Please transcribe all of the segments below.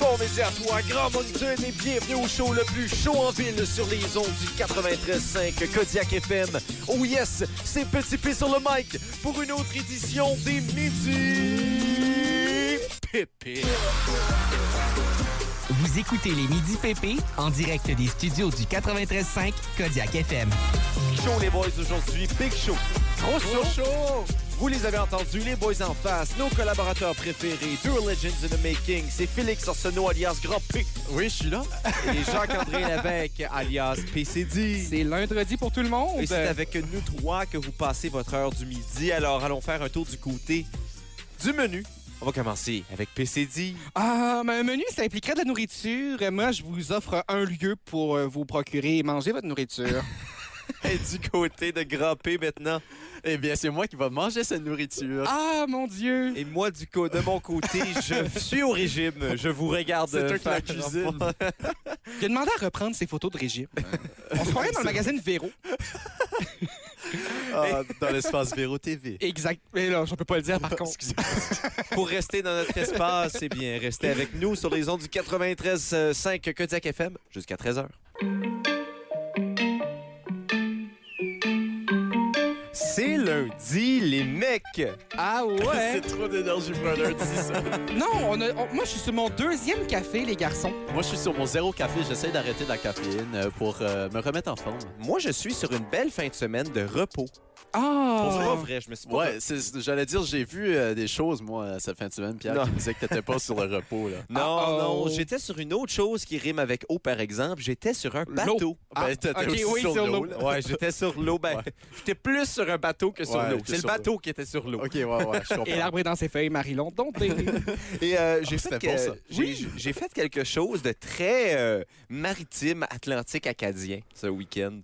toi, Grand Moncton, et bienvenue au show le plus chaud en ville sur les ondes du 93.5 Kodiak FM. Oh yes, c'est Petit P sur le mic pour une autre édition des Midi Pépé. Vous écoutez les Midi PP en direct des studios du 93.5 Kodiak FM. Show les boys aujourd'hui, Big Show. Gros show. Vous les avez entendus, les boys en face, nos collaborateurs préférés, deux legends in the making, c'est Félix Arsenault alias Grand P. Oui, je suis là. Et Jacques-André Lévesque alias PCD. C'est lundi pour tout le monde. Et Ben. c'est avec nous trois que vous passez votre heure du midi. Alors, allons faire un tour du côté du menu. On va commencer avec PCD. Ah, mais un menu, ça impliquerait de la nourriture. Et Moi, je vous offre un lieu pour euh, vous procurer et manger votre nourriture. Et du côté de Grand P maintenant. Eh bien, c'est moi qui va manger cette nourriture. ah, mon Dieu! Et moi, du co- de mon côté, je suis au régime. Je vous regarde C'est toi qui faire- la cuisine. J'ai demandé à reprendre ces photos de régime. On se croirait dans le magazine Véro. Ah, dans l'espace Véro TV. Exact. Mais là, je peux pas le dire, par contre. Pour rester dans notre espace, eh bien, restez avec nous sur les ondes du 93.5 Kodiak FM jusqu'à 13h. C'est lundi, les mecs! Ah ouais? C'est trop d'énergie pour un lundi, ça. non, on a- on- moi, je suis sur mon deuxième café, les garçons. moi, je suis sur mon zéro café. J'essaie d'arrêter de la caféine euh, pour euh, me remettre en forme. Moi, je suis sur une belle fin de semaine de repos. Pour vrai, Ah! vrai, je me suis pas... Ouais, c'est- j'allais dire, j'ai vu euh, des choses, moi, cette fin de semaine, Pierre, Non. qui me disait que t'étais pas sur le repos, là. Non, Ah, oh. non, j'étais sur une autre chose qui rime avec eau, par exemple. J'étais sur un bateau. Ben, t'étais ok, aussi oui, sur sur l'eau. l'eau, là. Ouais, j'étais sur l'eau. Ben, J'étais plus sur un bateau que sur Ouais, l'eau. que C'est le sur l'eau. bateau qui était sur l'eau. OK, ouais, ouais, je comprends. Et l'arbre est dans ses feuilles, Marie-Lon. Et euh, j'ai Ah, fait, c'était que- bon, ça. j'ai- j'ai fait quelque chose de très euh, maritime, atlantique, acadien ce week-end.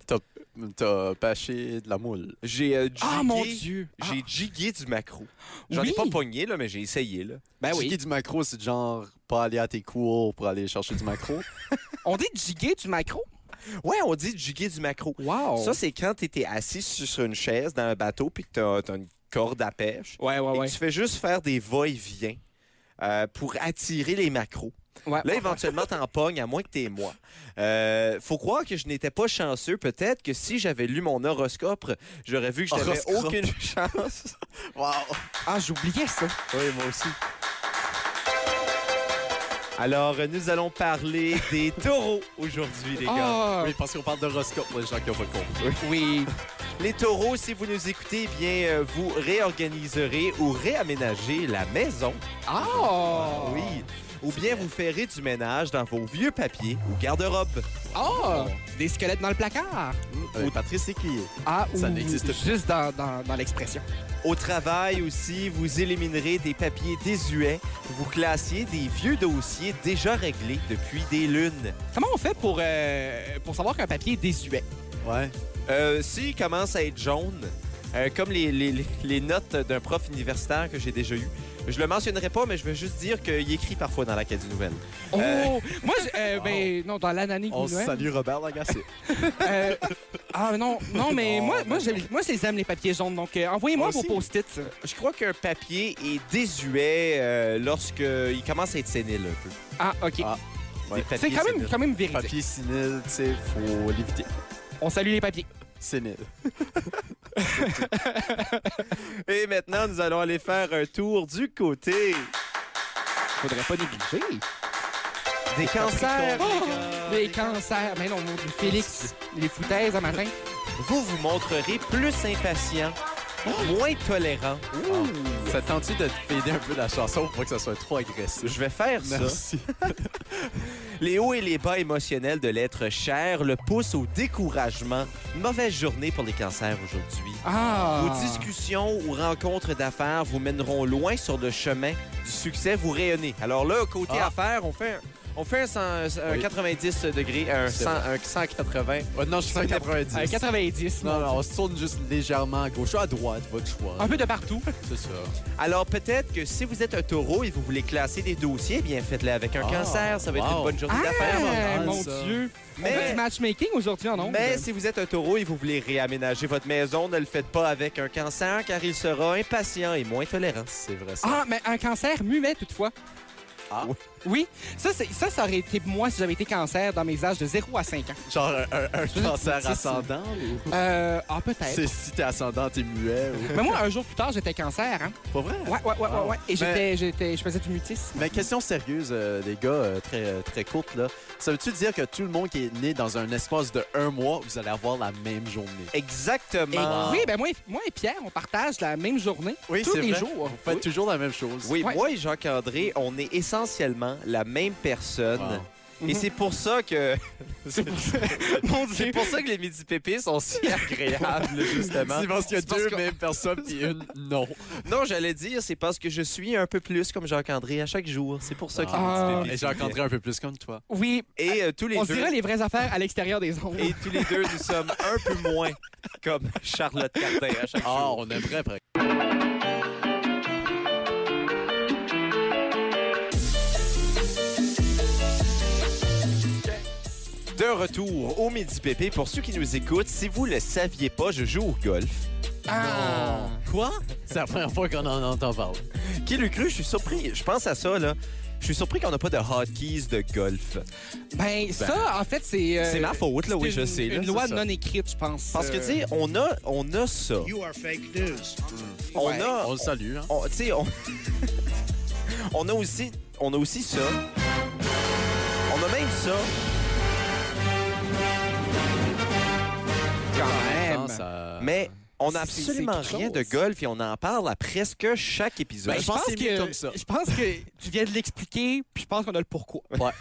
T'as pâché de la moule. J'ai euh, Ah, jigué- mon Dieu! Ah. J'ai jigué du macro. J'en ai Oui. pas pogné, là, mais j'ai essayé. Là. Ben Jiguer oui. du macro, c'est genre pas aller à tes cours pour aller chercher du macro. On dit giguer du macro? Ouais, on dit jiguer du macro. Wow! Ça, c'est quand t'étais assis sur sur une chaise dans un bateau puis que t'as- t'as une corde à pêche ouais, et ouais, Ah ouais. que tu fais juste faire des va-et-vient euh, pour attirer les macros. Ah ouais. Là, éventuellement, t'en pognes, à moins que t'aies moi. Euh, faut croire que je n'étais pas chanceux. Peut-être que si j'avais lu mon horoscope, j'aurais vu que je n'avais Horoscope. aucune chance. wow! Ah, j'oubliais ça. Oui, moi aussi. Alors, euh, nous allons parler des taureaux aujourd'hui, les gars. Ah! Oui, parce qu'on parle d'horoscope pour les gens qui ont pas compris. Oui. Les taureaux, si vous nous écoutez, eh bien, euh, vous réorganiserez ou réaménagerez la maison. Ah! Oui. Ou bien vous ferez du ménage dans vos vieux papiers ou garde-robe. Ah! Des squelettes dans le placard. Euh, Patrice Écuyer. Ah, Ça ou n'existe plus. Juste dans, dans, dans l'expression. Au travail aussi, vous éliminerez des papiers désuets, vous classiez des vieux dossiers déjà réglés depuis des lunes. Comment on fait pour, euh, pour savoir qu'un papier est désuet? Ouais. Euh, S'ils commencent à être jaunes, euh, comme les, les- les- les notes d'un prof universitaire que j'ai déjà eu, je le mentionnerai pas, mais je veux juste dire qu'il écrit parfois dans la Cadie Nouvelle. Oh! Moi, je- euh, ben, non, dans l'analyse On salue Robert Lagacé. Euh, ah, non, non, mais Non, moi, ben moi, je, moi, je les aime, les papiers jaunes. Donc, euh, envoyez-moi Moi vos aussi. post-it. Je crois qu'un papier est désuet euh, lorsqu'il commence à être sénile un peu. Ah, OK. Ah, ouais. Des C'est papiers quand même, séniles. quand même véridique. Papier sénile, tu sais, faut l'éviter. On salue les papiers. Sénile. Et maintenant, nous allons aller faire un tour du côté Faudrait pas négliger. des cancers. Oh, les cancers. Mais non, mon Dieu, Félix, les foutaises un matin. vous vous montrerez plus impatient, moins tolérant. Ah. Ça te tente-tu de te fader un peu la chanson pour pas que ça soit trop agressif? Je vais faire ça. Merci. Les hauts et les bas émotionnels de l'être cher le poussent au découragement. Mauvaise journée pour les cancers aujourd'hui. Ah! Vos discussions ou rencontres d'affaires vous mèneront loin sur le chemin du succès, vous rayonnez. Alors là, côté Ah. affaires, on fait un, on fait un, cent- un Oui. 90 degrés, un, C'est 100 un 180. Oh, non, je suis 190. Euh, 90. Non, non, on se tourne juste légèrement à gauche ou à droite, votre choix. Un peu de partout. C'est ça. Alors peut-être que si vous êtes un taureau et vous voulez classer des dossiers, eh bien faites-le avec un Ah, cancer, ça va être wow. une bonne journée Ah, d'affaires. normal, mon ça. Dieu. On fait Mais, du matchmaking aujourd'hui en ondes. mais si vous êtes un taureau et vous voulez réaménager votre maison, ne le faites pas avec un cancer car il sera impatient et moins tolérant. C'est vrai, ça. Ah, mais un cancer muet toutefois. Ah. Oui, ça, c'est- ça, ça aurait été moi si j'avais été cancer dans mes âges de 0 à 5 ans. Genre un, un- un C'est cancer ça. ascendant ou. Euh, ah, peut-être. C'est si t'es ascendant, t'es muet ou. Mais moi, un jour plus tard, j'étais cancer, hein. Pas vrai? Ouais, ouais, ouais, ouais. ouais. Et Mais- j'étais, j'étais, je faisais du mutisme. Mais question sérieuse, euh, les gars, euh, très, euh, très courte, là. Ça veut-tu dire que tout le monde qui est né dans un espace de un mois, vous allez avoir la même journée? Et- Exactement. Oui, ben moi, et- moi et Pierre, on partage la même journée Oui, tous c'est les vrai. jours. Vous faites toujours la même chose. Oui, Ouais. moi et Jacques-André, on est essentiellement la même personne. Wow. Mm-hmm. Et c'est pour ça que. c'est Mon Dieu. pour ça que les midi pépés sont si agréables, justement. C'est parce qu'il y a C'est parce deux qu'on- mêmes personnes puis une non. Non, j'allais dire, c'est parce que je suis un peu plus comme Jacques-André à chaque jour. C'est pour ça que Ah. les midi Et pépés j'ai rencontré un peu plus comme toi. Oui, Et euh, tous les on se deux. dirait les vraies affaires à l'extérieur des ondes. Et tous les deux, nous sommes un peu moins comme Charlotte Cartin à chaque Ah, jour. on aimerait après. De retour au Midi Pépé, pour ceux qui nous écoutent, si vous le saviez pas, je joue au golf. Ah. Quoi? C'est la première fois qu'on en entend parler. Qui l'eût cru? Je suis surpris. Je pense à ça, là. Je suis surpris qu'on n'a pas de hotkeys de golf. Ben, ça, en fait, c'est. euh, c'est ma faute, là, oui, c'est je une- sais. là, Une c'est loi ça. non écrite, je pense. Parce que, Euh, tu sais, on a, on a ça. On ouais. a. On le salue, hein? on- Tu sais, on. on a aussi. On a aussi ça. On a même ça. Quand même. Non, ça- Mais on n'a C'est- absolument c'est quelque rien de chose. golf et on en parle à presque chaque épisode. Ben, je pense pense que c'est mieux que comme ça. je pense que tu viens de l'expliquer, puis je pense qu'on a le pourquoi. Ouais.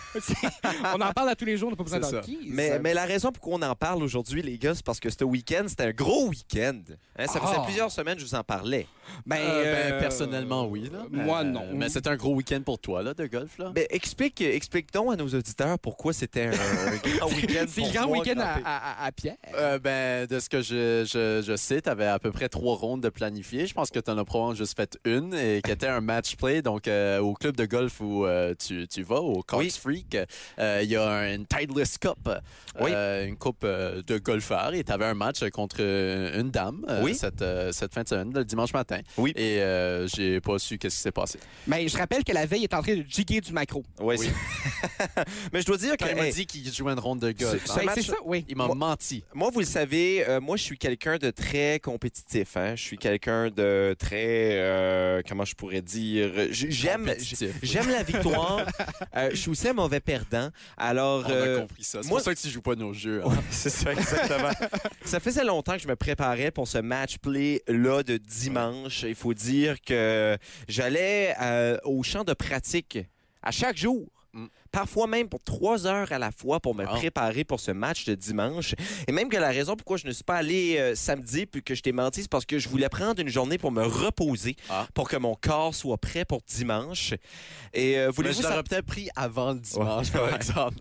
on en parle à tous les jours, on n'a pas besoin C'est ça. d'un quiz. Mais, mais la raison pour qu'on en parle aujourd'hui, les gars, c'est parce que ce week-end, c'était un gros week-end. Hein, ça faisait Ah. plusieurs semaines que je vous en parlais. Ben, Euh, ben, euh, personnellement, oui. Là. moi, Euh, non. Mais c'est un gros week-end pour toi, là, de golf, là. Ben, explique, explique donc à nos auditeurs pourquoi c'était un, un grand week-end. C'est pour le grand moi, week-end à, grimper. à- à- à Pierre. Euh, ben, de ce que je, je, je sais, t'avais à peu près trois rondes de planifiées. Je pense que t'en as probablement juste fait une et qui était un match play. Donc, euh, au club de golf où euh, tu, tu vas, au Cox Oui. Freak, euh, il y a une Tideless Cup, Oui. euh, une coupe euh, de golfeurs. Et t'avais un match contre euh, une dame euh, Oui. cette, euh, cette fin de semaine, le dimanche matin. Oui. Et euh, j'ai pas su qu'est-ce qui s'est passé. Mais Ben, je rappelle que la veille, il est en train de jiguer du macro. Ouais, c'est- Mais je dois dire que Quand il m'a hey, dit qu'il jouait une ronde de golf, Ce- hein, ce Ben, match- c'est ça, oui. il m'a moi- menti. moi, vous le savez, euh, moi, je suis quelqu'un de très compétitif. hein. Je suis quelqu'un de très, euh, comment je pourrais dire, j- j'aime, Compétitif. j'aime la victoire. Euh, je suis aussi un mauvais perdant. Alors, On euh, a compris ça. C'est moi- pour ça que tu joues pas nos jeux. hein. C'est ça, exactement. ça faisait longtemps que je me préparais pour ce match play-là de dimanche. Il faut dire que j'allais euh, au champ de pratique à chaque jour. Mm. Parfois même pour trois heures à la fois pour me Wow. préparer pour ce match de dimanche. Et même que la raison pourquoi je ne suis pas allé euh, samedi puis que je t'ai menti, c'est parce que je voulais prendre une journée pour me reposer, Ah. pour que mon corps soit prêt pour dimanche. Et euh, Mais voulez-vous je sa- l'aurais peut-être pris avant le dimanche, par exemple.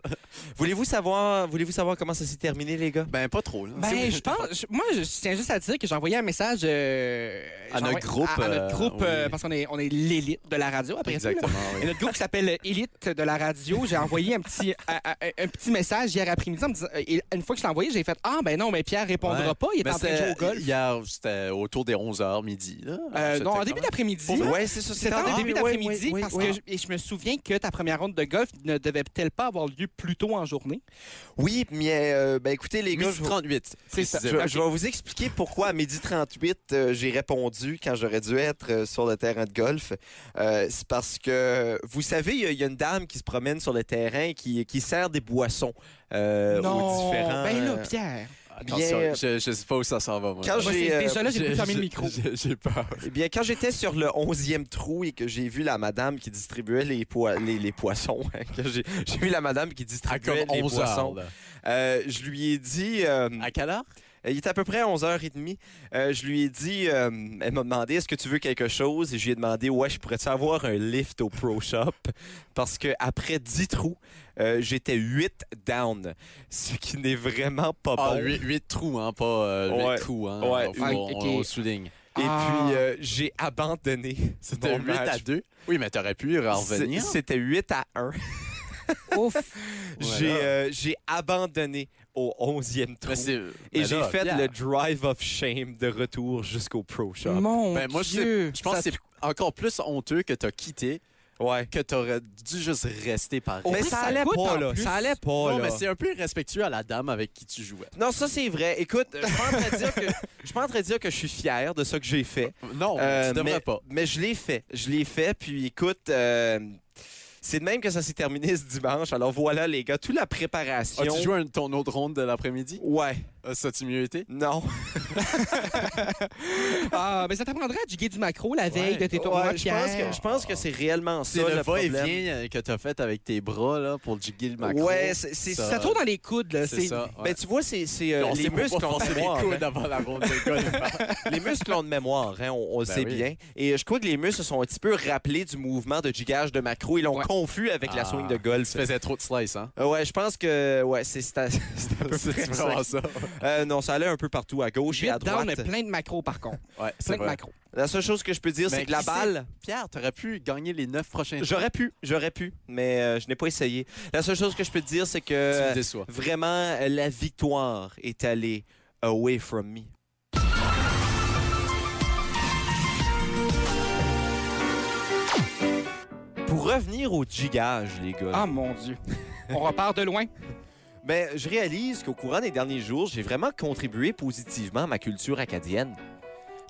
voulez-vous savoir, voulez-vous savoir comment ça s'est terminé, les gars? Ben, pas trop. Là. Ben, je pense. je- moi, je tiens juste à dire que j'ai envoyé un message euh, À j'ai notre envoyé- groupe, À, à euh, notre groupe, oui. euh, parce qu'on est, on est l'élite de la radio après tout, là. Exactement. Et notre groupe qui s'appelle Elite de la radio, j'ai envoyé un petit, un, un- un petit message hier après-midi en me disant- euh, et une fois que je l'ai envoyé, j'ai fait Ah, ben non, mais Pierre répondra Ouais. pas, il est en train de jouer au golf. Hier, c'était autour des 11h midi. Là. Euh, C'était non, en Ah, quand début même- d'après-midi. Ouais, c'est ça. C'était en en hein? début début- ouais, d'après-midi ouais, ouais, parce ouais. que je, et je me souviens que ta première ronde de golf ne devait-elle pas avoir lieu plus tôt en journée? Oui, mais euh, ben écoutez, les gars, je, 38. C'est ça. je- je vais vous expliquer pourquoi à midi 38, euh, j'ai répondu quand j'aurais dû être euh, sur le terrain de golf. Euh, c'est parce que, vous savez, il y a- il y, a une dame qui se promène sur le terrain et qui, qui sert des boissons euh, aux non, différents... ben là, euh, Pierre. Attention, Bien, euh, je, je sais pas où ça s'en va, moi. Quand Moi, j'ai- Moi, c'est- euh, déjà là, j'ai voulu fermer le micro. Ah, j'ai- J'ai peur. Eh bien, quand j'étais sur le 11e trou et que j'ai vu la madame qui distribuait les, poi- les, les poissons, hein, que j'ai j'ai vu la madame qui À Ah, comme distribuait les 11 poissons, h là. euh, je lui ai dit... euh, À quelle heure? Il était à peu près 11h30. Euh, je lui ai dit, euh, elle m'a demandé est-ce que tu veux quelque chose Et je lui ai demandé ouais, je pourrais-tu avoir un lift au Pro Shop Parce que après 10 trous, euh, j'étais 8 down, ce qui n'est vraiment pas Ah, bon. 8, trous, hein, pas euh, huit Oh. Ouais. coups. Hein, Ouais. On- on, Ok. on souligne. Et Ah. puis, euh, j'ai abandonné. C'était mon 8 match. à 2. Oui, mais t'aurais pu en revenir. C'est- C'était 8 à 1. Ouf. Voilà. J'ai euh, j'ai abandonné au 11e trou. Mais c'est- Et mais j'ai là, fait Pierre. le drive of shame de retour jusqu'au Pro Shop. Mon Ben, moi, je sais- Dieu. Je pense Ça- que c'est encore plus honteux que t'as quitté Ouais. que t'aurais dû juste rester par Au Mais prix ça que ça allait coûte, pas, en là. plus. Ça allait pas, Non, là. mais c'est un peu irrespectueux à la dame avec qui tu jouais. Non, ça, c'est vrai. Écoute, je suis pas en train de dire que- je suis pas en train de dire que je suis fier de ce que j'ai fait. Non, Euh, Oh, tu devrais mais, pas. Mais je l'ai fait. Je l'ai fait. Puis écoute, euh, c'est de même que ça s'est terminé ce dimanche. Alors voilà, les gars, toute la préparation. As-tu joué un- ton autre ronde de l'après-midi? Ouais. Euh, Ça a-tu mieux été? Non. Ah, ben ça t'apprendra à juguer du macro la veille Ouais. de tes tournois Ouais, de je pense pierre. que, je pense que c'est réellement ça C'est le le problème. va-et-vient euh, que t'as fait avec tes bras là, pour jiguer le macro. Ouais, c'est c'est Ça- ça. Ça tourne dans les coudes, là. c'est ça. ouais. Ben, tu vois, c'est c'est, Puis euh, on les sait pourquoi muscles ont forcer de les mémoire. hein. coudes avant la ronde de golf. Les muscles ont de mémoire, hein, on, on le Ben sait oui. bien. Et euh, je crois que les muscles se sont un petit peu rappelés du mouvement de gigage de macro. Ils l'ont Ouais. confus avec la Ah. swing de golf. tu faisais trop de slice, hein? Euh, Ouais, je pense que ouais, c'est c'est à, c'est à peu C'est près ça. vraiment ça. Euh, non, ça allait un peu partout, à gauche et à Huit down, mais droite. plein de macros, par contre. Ouais, Plein c'est de vrai. macros. La seule chose que je peux dire, Mais c'est que la qui sait? balle, Pierre, t'aurais pu gagner les neuf prochains tours. j'aurais pu, j'aurais pu, mais euh, je n'ai pas essayé. La seule chose que je peux te dire, c'est Tu me que déçois. vraiment, euh, la victoire est allée away from me. Pour revenir au gigage, les gars. Ah, mon Dieu. On repart de loin. Ben, je réalise qu'au courant des derniers jours, j'ai vraiment contribué positivement à ma culture acadienne.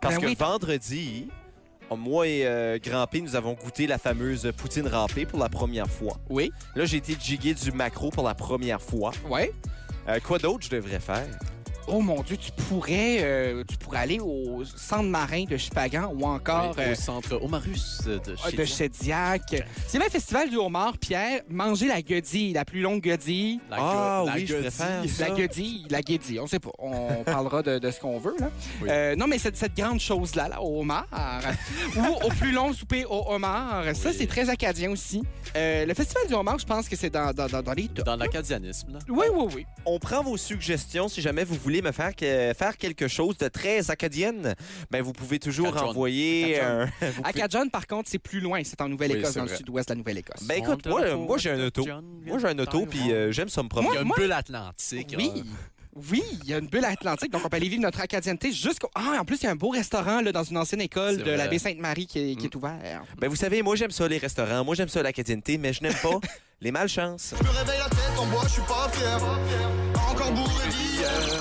Parce Ben que oui. vendredi, moi et euh, Grand P, nous avons goûté la fameuse poutine râpée pour la première fois. Oui. Là, j'ai été jigué du macro pour la première fois. Ouais. Euh, quoi d'autre je devrais faire? Oh, mon Dieu, tu pourrais, euh, tu pourrais aller au centre marin de Chipagan ou encore... Oui, euh, Au centre Omarus euh, de Ah, chez de toi. Chédiac. C'est le festival du homard, Pierre. Manger la guedille, la plus longue guedille. La Ah go- la oui, je godille. préfère ça. La guedille, la guédille, on sait pas. On parlera de, de ce qu'on veut, là. Oui. Euh, non, mais cette, cette grande chose-là, là, au homard, ou au plus long souper au homard, ça, Oui. c'est très acadien aussi. Euh, le festival du homard, je pense que c'est dans, dans, dans, dans les tops. Dans l'acadianisme, là. Oui, oui, oui. On prend vos suggestions. Si jamais vous voulez me faire, que- faire quelque chose de très acadienne, ben, vous pouvez toujours Cajun. envoyer Cajun. un... À Cajun, par contre, c'est plus loin. C'est en Nouvelle-Écosse, Oui, c'est dans le vrai. sud-ouest de la Nouvelle-Écosse. Ben écoute, moi, moi j'ai un auto. Moi, j'ai un auto, puis euh, j'aime ça me Il promener. y a une Moi- bulle atlantique. Oui. hein. Oui, il y a une bulle atlantique, donc on peut aller vivre notre acadienneté jusqu'au. Ah, en plus, il y a un beau restaurant là, dans une ancienne école C'est de la vrai. Mm. baie Sainte-Marie qui, est- qui est ouvert. Ben vous savez, moi j'aime ça les restaurants, moi j'aime ça la cadienneté, mais je n'aime pas les malchances. Je me réveille la tête en bois, je suis pas fier. Encore bourré d'hier.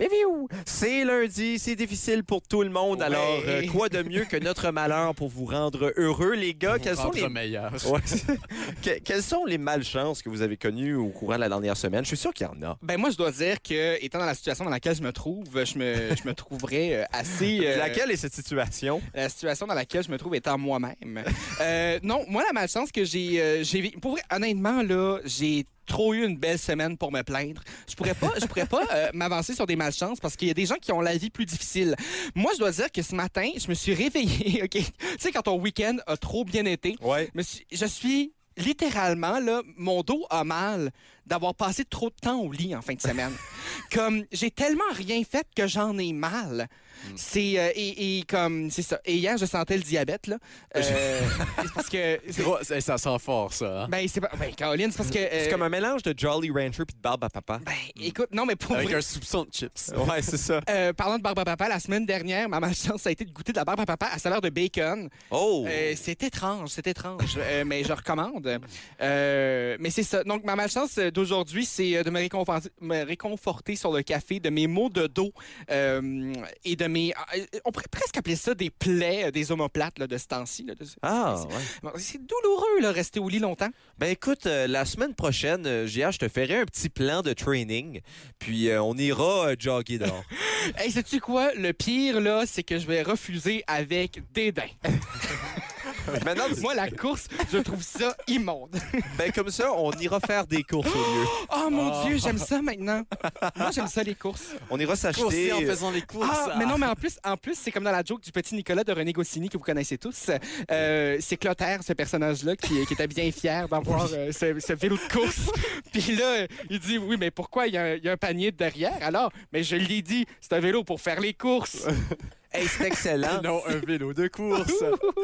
Bibiou! C'est lundi, c'est difficile pour tout le monde, Ouais. alors euh, quoi de mieux que notre malheur pour vous rendre heureux les gars? Pour Quelles sont, rendre les... meilleur. Ouais. Que- quelles sont les malchances que vous avez connues au courant de la dernière semaine? Je suis sûr qu'il y en a. Ben moi, je dois dire que, étant dans la situation dans laquelle je me trouve, je me, je me trouverais euh, assez... euh, Laquelle est cette situation? La situation dans laquelle je me trouve étant moi-même. Euh, non, moi, la malchance que j'ai... euh, j'ai vé- pour vrai, honnêtement, là, j'ai trop eu une belle semaine pour me plaindre. Je pourrais pas, je pourrais pas euh, m'avancer sur des malchances parce qu'il y a des gens qui ont la vie plus difficile. Moi, je dois dire que ce matin, je me suis réveillée, OK? Tu sais, quand ton week-end a trop bien été, Ouais. me suis- je suis littéralement, là, mon dos a mal d'avoir passé trop de temps au lit en fin de semaine. comme, j'ai tellement rien fait que j'en ai mal. Hmm. C'est, euh, et, et comme, c'est ça. Et hier, je sentais le diabète, là. Euh, c'est parce que... c'est- Gros, ça, ça sent fort, ça. hein. Ben, c'est pas... Ben, Caroline, c'est parce que... euh, C'est comme Hmm. un mélange de Jolly Rancher puis de barbe à papa. Ben, écoute, non, mais pour Avec vrai- un soupçon de chips. Ouais, c'est ça. euh, parlant de barbe à papa, la semaine dernière, ma malchance, ça a été de goûter de la barbe à papa à saveur de bacon. Oh! Euh, c'est étrange, c'est étrange, euh, mais je recommande. Euh, mais c'est ça. Donc, ma malchance euh, d'aujourd'hui, c'est euh, de me réconforter, me réconforter sur le café de mes maux de dos euh, et de mes... euh, On pourrait presque appeler ça des plaies, euh, des omoplates là, de ce temps-ci. là, de ce- ah, ouais. Bon, C'est douloureux, là, rester au lit longtemps. Ben écoute, euh, la semaine prochaine, euh, JR, je te ferai un petit plan de training, puis euh, on ira euh, jogger dehors. Hey, sais-tu quoi? Le pire, là, c'est que je vais refuser avec dédain. Ben, Maintenant, Moi, la course, je trouve ça immonde. ben comme ça, on ira faire des courses au lieu. Oh mon Dieu, j'aime ça maintenant. Moi, j'aime ça, les courses. On ira s'acheter. en faisant les courses. Ah, mais non, mais en plus, en plus, c'est comme dans la joke du petit Nicolas de René Goscinny que vous connaissez tous. Euh, c'est Clotaire, ce personnage-là, qui, qui était bien fier d'avoir euh, ce, ce vélo de course. Puis là, euh, il dit Oui, mais pourquoi il y, a un- il y a un panier derrière Alors, mais je l'ai dit, c'est un vélo pour faire les courses. euh, Hey, c'est excellent. Non, un vélo de course.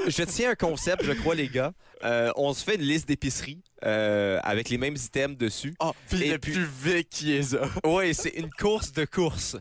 je tiens un concept, je crois, les gars. Euh, on se fait une liste d'épiceries euh, avec les mêmes items dessus. Ah, puis Et le puis- plus vieux qui est ça. Ouais, c'est une course de course.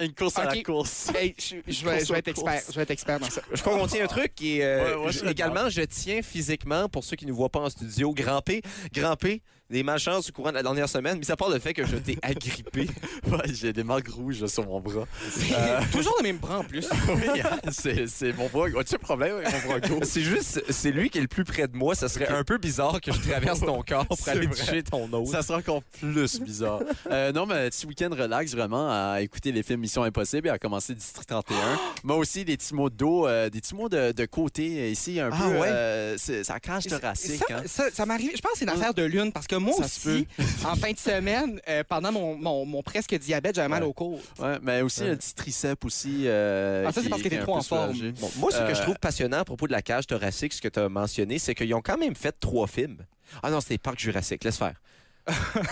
Une course à la Ok. course. Hey, je, je vais, je vais être expert. Je vais être expert dans ça. Je crois qu'on tient un truc qui est. euh, Ouais, ouais, je- c'est également, je tiens physiquement, pour ceux qui ne nous voient pas en studio, Grand P, Grand P, des malchances au courant de la dernière semaine, mis à part le fait que je t'ai agrippé. Ouais, j'ai des marques rouges sur mon bras. Euh. Toujours le même bras en plus. oui, c'est c'est mon bras. As-tu un problème avec mon bras gauche? C'est juste, c'est lui qui est le plus près de moi. Ça serait un peu bizarre que je traverse ton corps pour C'est aller vrai. toucher ton os. Ça sera encore plus bizarre. Euh, non, mais petit week-end relax, vraiment, à écouter les films Mission Impossible et à commencer District 31. Moi aussi, des petits mots d'eau, euh, des petits mots de, de côté ici, un Ah peu. ouais? euh, c'est- ça crache le hein. racique. Ça, ça, ça m'arrive. Je pense que c'est une affaire de lune parce que moi Ça se aussi, en fin de semaine, euh, pendant mon, mon, mon presque diabète, j'avais mal Ouais. au corps. Ouais, mais aussi un petit tricep aussi. euh, Ah, ça, c'est qui- parce que qui est t'es un trop peu en forme. soulagé. Bon, moi, ce Euh, que je trouve passionnant à propos de la cage thoracique, ce que tu as mentionné, c'est qu'ils ont quand même fait trois films. Ah non, c'était Parc Jurassique, laisse faire.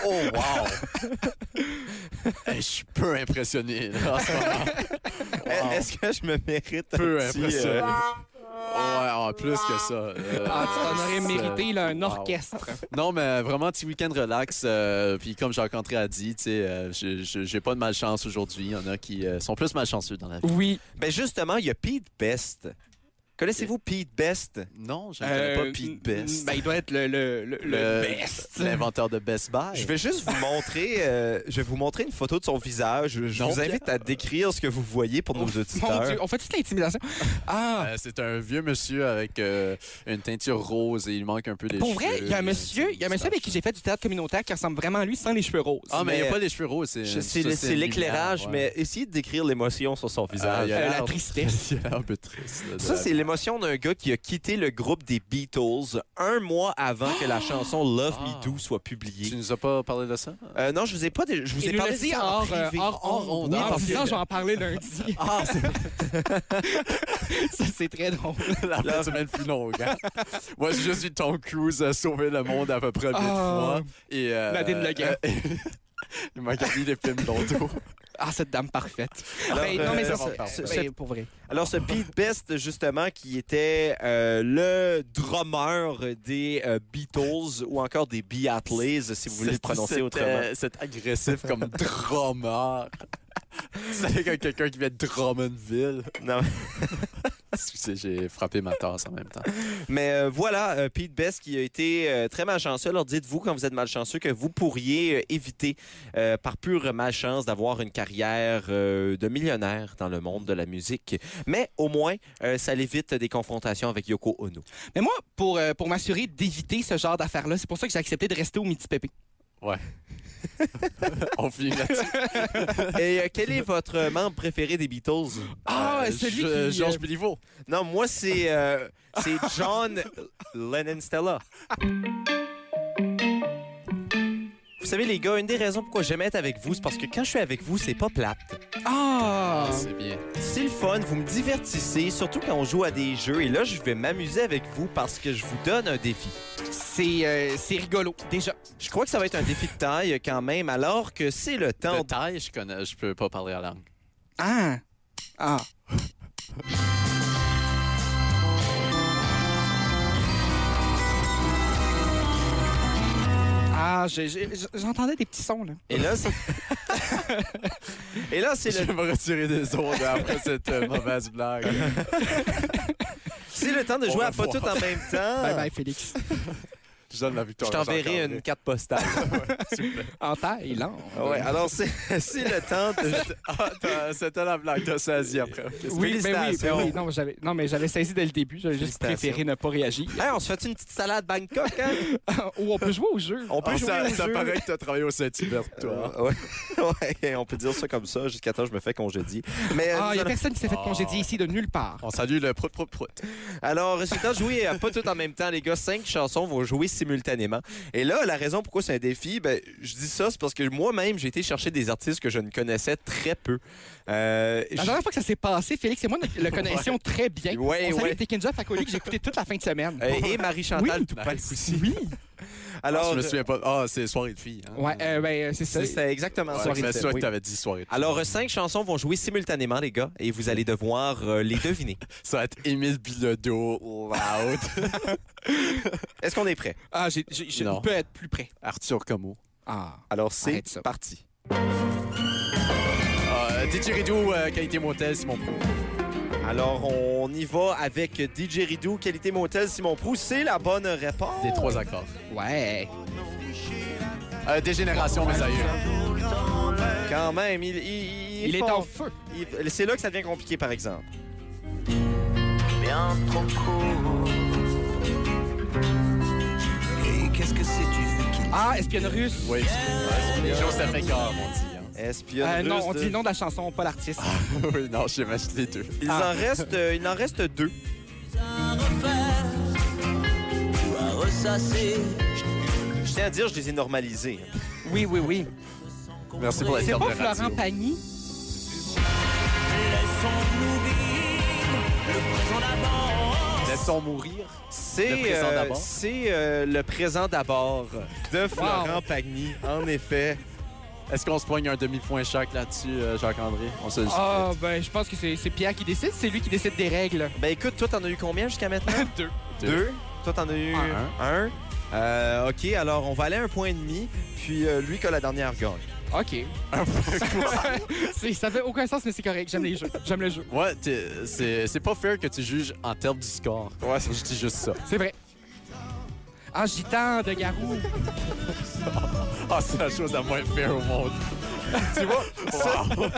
Oh, wow! Hey, je suis peu impressionné. là, en ce moment. Wow. Est-ce que je me mérite un peu petit, impressionné. euh, Ouais, en plus que ça. euh, Ah, tu t'en aurais c'est- mérité là, un wow. orchestre. Non, mais vraiment, petit week-end relax. euh, puis comme Jacques-André a dit, tu sais, euh, je- je- j'ai pas de malchance aujourd'hui. Il y en a qui euh, sont plus malchanceux dans la vie. Oui. Ben justement, il y a Pete Best. Connaissez-vous Pete Best? Non, je ne connais Euh, pas Pete Best. Ben, il doit être le, le, le, le Le- best. L'inventeur de Best Buy. Je vais juste vous montrer, euh, je vais vous montrer une photo de son visage. Je, je Non, vous invite à décrire ce que vous voyez pour nos Oh Mon Dieu, auditeurs. on fait toute l'intimidation. Ah, Euh, c'est un vieux monsieur avec euh, une teinture rose et il manque un peu des pour cheveux. vrai, il y a un monsieur, il y a un monsieur avec qui j'ai fait du théâtre communautaire qui ressemble vraiment à lui sans les cheveux roses. Ah, mais il n'y mais- a pas les cheveux roses. C'est Je- ça, C'est c'est une l'éclairage, lumière, ouais. mais essayez de décrire l'émotion sur son Ah, visage. il y a Euh, la l'air- tristesse. Il y a l'air un peu triste. là, de Ça, la- c'est l'émotion d'un gars qui a quitté le groupe des Beatles un mois avant que la chanson Love Ah. Me Do soit Tu publiée. nous as pas parlé de ça? Euh, non, je vous ai pas, dé- je vous Il ai nous l'a parlé de dit ça en hors, euh, privé. hors onde. Oui, en parce disant, que- je vais en parler lundi. Ah, c'est ça, c'est très drôle. la fin de semaine plus longue. hein. Moi, je suis Tom Cruise à sauver le monde à peu près mille Ah. fois. Et, euh, Nadine Legault. euh, il m'a gardé les films longtemps. Ah, cette dame parfaite. Alors, Ben, non, mais euh, ça, c'est- c'est- c'est- ben, pour vrai. Alors, ce Pete Best, justement, qui était euh, le drummer des euh, Beatles ou encore des Beatles, si vous voulez le prononcer autrement. C'est euh, agressif comme drummer. C'est comme quelqu'un qui vient de Drummondville. Non. Excusez, j'ai frappé ma tasse en même temps. Mais euh, voilà, euh, Pete Best qui a été euh, très malchanceux. Alors, dites-vous, quand vous êtes malchanceux, que vous pourriez euh, éviter, euh, par pure malchance, d'avoir une carrière euh, de millionnaire dans le monde de la musique. Mais au moins, euh, ça l'évite des confrontations avec Yoko Ono. Mais moi, pour, euh, pour m'assurer d'éviter ce genre d'affaires-là, c'est pour ça que j'ai accepté de rester au Midi Pépé. On finit là-dessus. Et euh, quel est votre euh, membre préféré des Beatles? Ah, Euh, celui Je- qui... Georges Béliveau. Non, moi, c'est euh, c'est John Lennon Stella. Vous savez, les gars, une des raisons pourquoi j'aime être avec vous, c'est parce que quand je suis avec vous, c'est pas plate. Ah! C'est bien. C'est le fun, vous me divertissez, surtout quand on joue à des jeux. Et là, je vais m'amuser avec vous parce que je vous donne un défi. C'est euh, c'est rigolo, déjà. Je crois que ça va être un défi de taille quand même, alors que c'est le temps. De taille, je connais, je peux pas parler la langue. Ah! Ah! Ah, je- je- j'entendais des petits sons, là. Et là, c'est... Et là, c'est Je le... vais me retirer des ondes après cette euh, mauvaise blague. c'est le temps de On jouer va à pas voir. tout en même temps. Bye bye, Félix. Je donne la Je victoire. à t'enverrai Jean-Claude. une carte postale. En Thaïlande. ouais, alors c'est, c'est le temps de... Ah, t'as- C'était la blague de 16 après. Oui, mais oui, ben Félicitations. oui. Non, mais j'avais- Non, mais j'avais saisi dès le début. J'avais juste Félicitations. préféré ne pas réagir. Hey, on se fait une petite salade Bangkok, hein? Ou on peut jouer au jeu. On peut Ah, jouer ça, au ça jeu. paraît que t'as travaillé au Saint-Hubert, toi. Euh, ouais. Ouais, on peut dire ça comme ça jusqu'à temps que je me fais congédier. Mais euh, Ah, il nous n'y a personne qui s'est fait Ah. congédier ici de nulle Ah. part. On salue le prout prout prout. Alors, résultat, jouer euh, pas tout en même temps, les gars. Cinq chansons vont jouer simultanément. Et là, la raison pourquoi c'est un défi, ben, je dis ça, c'est parce que moi-même, j'ai été chercher des artistes que je ne connaissais très peu. Euh, La j- dernière fois que Ah, ça s'est passé, Félix et moi nous le connaissions très bien. Ouais, on salue ouais. Tekken Jeff à Collier que j'ai écouté toute la fin de semaine. euh, et Marie-Chantal Oui. Toupin Nice. aussi. Oui. Alors, je me souviens pas. Ah, c'est soirée de filles. Hein? Ouais, euh, ben, euh, c'est ça. c'est- c'était exactement Ouais, ça. je me que c'était, souviens oui. que t'avais dit soirée. de filles. Alors, euh, cinq chansons vont jouer simultanément, les gars, et vous allez devoir euh, les deviner. ça va être Émile Bilodeau, Loud, Est-ce qu'on est prêt? Ah, j'ai, j'ai, j'ai- Non. il peut être plus près. Arthur Como. Ah. Alors, Arrête c'est ça. parti. Ah, euh, Didgeridoo, euh, qualité motel, Simon Proulx. Alors, on y va avec DJ Ridou, qualité motel, Simon Proux. C'est la bonne réponse. Des trois accords. Ouais. Euh, Dégénération, mes aïeux. Quand même, il, il- il Il est fort. en feu. Il- C'est là que ça devient compliqué, par exemple. bien trop court. Et qu'est-ce que c'est tu veux qu'il Ah, espionne russe. Oui. Ouais, Joseph Écart, on dit. hein. Espion Euh, non, russe on de- dit le nom de la chanson, pas l'artiste. oui, non, j'ai mâché les deux. Il, en Ah. reste, euh, il en reste deux. dois ressasser Je tiens à dire, je les ai normalisés. Oui, oui, oui. Merci pour la C'est carte pas de radio. Florent Pagny? Laissons-nous vivre le présent d'abord. Laissons mourir. C'est Le présent euh, d'abord. c'est, euh, le présent d'abord de Florent Pagny, en effet. Est-ce qu'on se poigne un demi-point chaque là-dessus, euh, Jacques-André? On se le Ah, ben, je pense que c'est c'est Pierre qui décide. C'est lui qui décide des règles. Ben écoute, toi, t'en as eu combien jusqu'à maintenant? Deux. Deux. Deux. Toi, t'en as eu Un. un. Euh, OK, alors on va aller à un point et demi, puis euh, lui qui a la dernière gagne. OK. C'est- ça fait aucun sens, mais c'est correct. J'aime les jeux. J'aime le jeu. Ouais, t'es- c'est c'est pas fair que tu juges en termes du score. Ouais, je dis juste ça. C'est vrai. En Ah, gitan de Garou. Ah, c'est la chose la moins fair au monde. tu vois?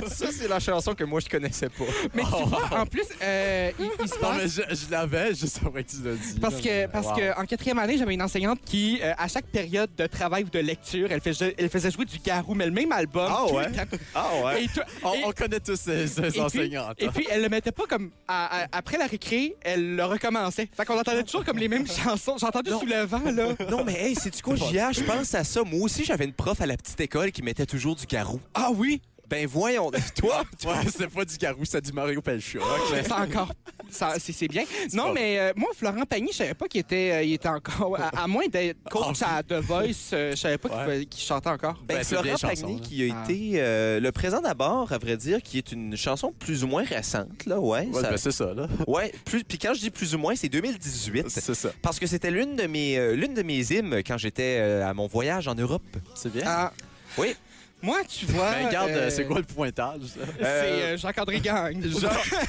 Ça, c'est la chanson que moi, je connaissais pas. Mais Oh, tu vois, en plus, euh, il, il se Non, mais passe... je, je l'avais juste après que tu l'as dit. Parce que, parce Wow. que en quatrième année, j'avais une enseignante qui, euh, à chaque période de travail ou de lecture, elle, faisait- elle faisait jouer du garou, mais le même album. Ah tout ouais? le temps. Ah ouais? Et toi- On, et- on connaît tous ces, ces hein. puis- enseignantes. Et puis, elle le mettait pas comme. à- à- après la récré, elle le recommençait. Fait qu'on entendait toujours comme les mêmes chansons. J'ai entendu sous le vent, là. Non, mais hey, c'est du quoi, J.A.? Je pense à ça. Moi aussi, j'avais une prof à la petite école qui mettait toujours du garou. Ah oui! Ben voyons, toi, Ouais, c'est pas du garou, c'est du Mario Ben, Pelchot. C'est encore. ça- c'est c'est bien. pas Non, mais euh, moi, Florent Pagny, je savais pas qu'il était, euh, il était encore. À, à moins d'être coach à The Voice, euh, je savais pas qu'il Ouais. faisait- qu'il chantait encore. Ben, Ben, c'est Florent une vieille Pagny, chanson, là. qui a Ah. été euh, le présent d'abord, à vrai dire, qui est une chanson plus ou moins récente, là, ouais. Ouais, ça- ben, c'est ça, là. ouais, plus- puis quand je dis plus ou moins, c'est 2018. C'est ça. Parce que c'était l'une de mes euh, l'une de mes hymnes quand j'étais euh, à mon voyage en Europe. C'est bien. Ah. Oui. Moi, tu vois. ben, regarde, euh, euh, c'est quoi le pointage? ça? C'est euh, Jacques-André Gagne.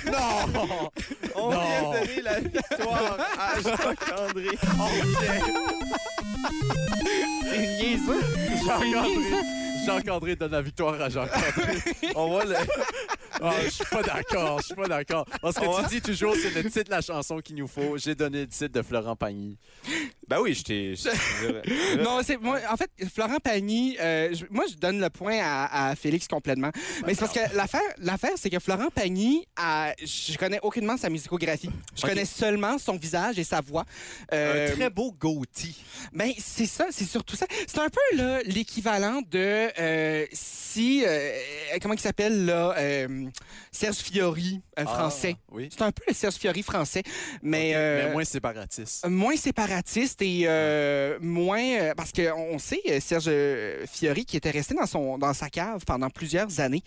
non! On vient de donner la victoire à Jacques-André. C'est niaiseux. C'est niaiseux. Jacques-André donne la victoire à Jacques-André. On va le- Ah, je suis pas d'accord, je suis pas d'accord. Parce que tu dis toujours, c'est le titre de la chanson qu'il nous faut. J'ai donné le titre de Florent Pagny. Ben oui, je t'ai... je- Non, c'est moi. En fait, Florent Pagny, euh, je- moi, je donne le point à, à Félix complètement. Mais c'est parce que l'affaire, l'affaire, c'est que Florent Pagny, euh, je connais aucunement sa musicographie. Je Ok. connais seulement son visage et sa voix. Euh, Un très beau goatee. Ben, c'est ça, c'est surtout ça. C'est un peu là, l'équivalent de euh, si. euh, comment il s'appelle, là euh, Serge Fiori, euh, français. Ah, oui. C'est un peu le Serge Fiori français, mais. euh, Mais moins séparatiste. moins séparatiste et euh, moins euh, parce que on on sait euh, Serge euh, Fiori qui était resté dans son dans sa cave pendant plusieurs années.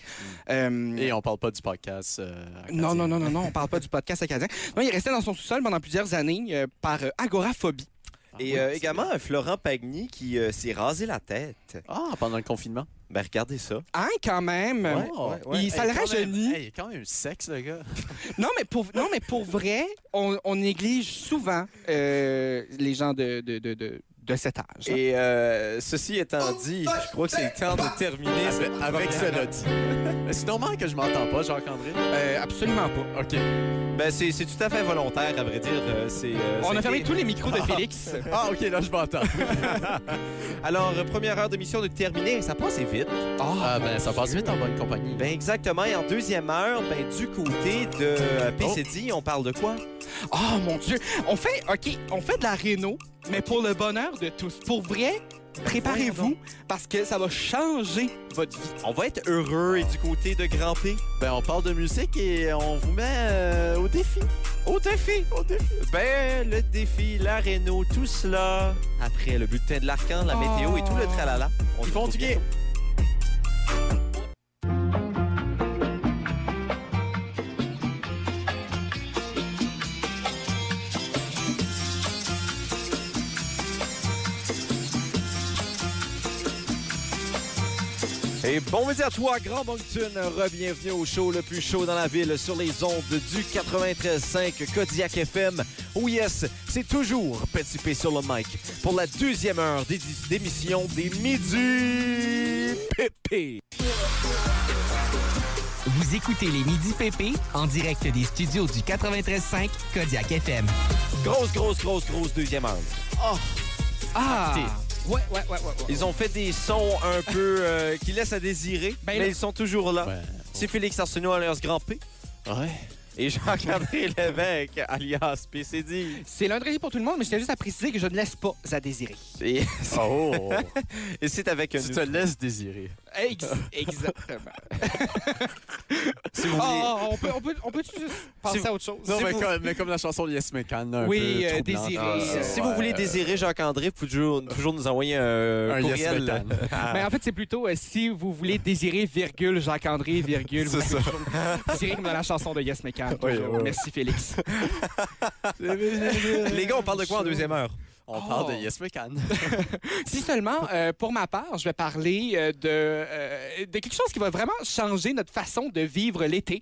Euh, Mm. Et on parle pas du podcast. euh, non, non, acadien. non, non, non, on parle pas du podcast acadien. Non, il restait dans son sous-sol pendant plusieurs années euh, par euh, agoraphobie. Ah, Et oui, euh, c'est également bien. un Florent Pagny qui euh, s'est rasé la tête. Ah, pendant le confinement. Ben regardez ça. Hein, quand même. Oh. ouais. Il- ça le quand même- rajeunit. hey, il est quand même sexe, le gars. Non, mais pour non, mais pour vrai, on, on néglige souvent euh, les gens de de, de, de, de cet âge. Et euh, ceci étant dit, je crois que c'est le temps de terminer ce- Avec cela dit. Mais C'est normal que je m'entends pas, Jacques-André. Euh, absolument pas. OK. Ben, c'est c'est tout à fait volontaire, à vrai dire. euh, c'est, euh, On c'était- a fermé tous les micros de Félix. Ah, OK, là, je m'entends. Alors, euh, première heure d'émission de terminer, ça passe vite. Ah, ben, ça passe vite en bonne compagnie. Ben, exactement. Et en deuxième heure, ben, du côté de euh, PCD, on parle de quoi? Oh mon Dieu! On fait, OK, on fait de la réno, mais pour le bonheur de tous. Pour vrai, préparez-vous parce que ça va changer votre vie. On va être heureux et du côté de Grand P. Ben, Ben, on parle de musique et on vous met euh, au défi. Au défi! Au défi! Ben, le défi, la réno, tout cela. Après le bulletin de l'arcan, la météo et tout le tralala. On se retrouve bientôt. Et bon midi à toi, Grand Moncton. Re-bienvenue au show le plus chaud dans la ville sur les ondes du 93.5 Kodiak FM. Oh yes, c'est toujours Petit P sur le mic pour la deuxième heure des- d'émission des Midi Pépé. Vous écoutez les Midi PP en direct des studios du 93.5 Kodiak FM. Grosse, grosse, grosse, grosse deuxième heure. Ah! Ouais, ouais, ouais, ouais. ouais. Ils ont fait des sons un peu euh, qui laissent à désirer, Ben mais là- ils sont toujours là. Ouais. C'est Félix Arsenault alias Grand P Ouais. et Jean-André Lévesque alias PCD. C'est lundi pour tout le monde, mais je tiens juste à préciser que je ne laisse pas à désirer. Et, Oh! et c'est avec tu te nous. laisses désirer. Ex- exactement. Si vous voulez- Ah, on peut, on peut, on peut juste passer à autre chose. Non, Si mais, vous- comme, mais comme la chanson de Yes McCann, un Oui, peu euh, troublante. désirer. Ah, Si- Euh, si vous ouais. voulez désirer Jacques-André, vous pouvez toujours, toujours nous envoyer un, un Yes courriel. McCann. Mais en fait, c'est plutôt euh, si vous voulez désirer, virgule, Jacques-André, virgule. C'est ça. Désirer comme dans la chanson de Yes McCann. Oui, toujours. oui. Merci, Félix. Les gars, on parle de quoi en deuxième heure? On Oh. parle de Yes McCann. Si seulement, euh, pour ma part, je vais parler euh, de, euh, de quelque chose qui va vraiment changer notre façon de vivre l'été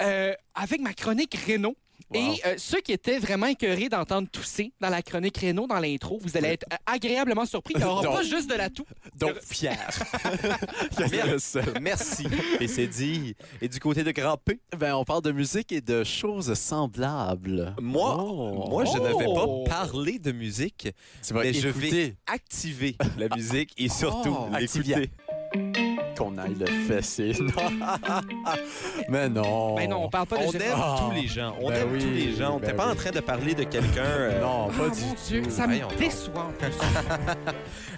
Euh, avec ma chronique Renault. Et euh, ceux qui étaient vraiment écœurés d'entendre tousser dans la chronique Renault, dans l'intro, vous allez être euh, agréablement surpris. Il n'y aura Donc. pas juste de la toux. Donc, fier. Merde. Merci, PCD. Et du côté de Grand P, Ben, on parle de musique et de choses semblables. Moi- Oh. moi, je ne Oh! vais pas parler de musique, Tu vas mais je écouter activer la musique et surtout Oh, l'écouter. activier. qu'on aille le fesser. mais non. Ben non, on parle pas de On Jeff- aime Ah, tous les gens. On ben aime oui, tous les gens. On ben n'était pas oui. en train de parler de quelqu'un. euh, Non, Ah, pas du mon Dieu, tout. ça me Voyons donc. déçoit en plus.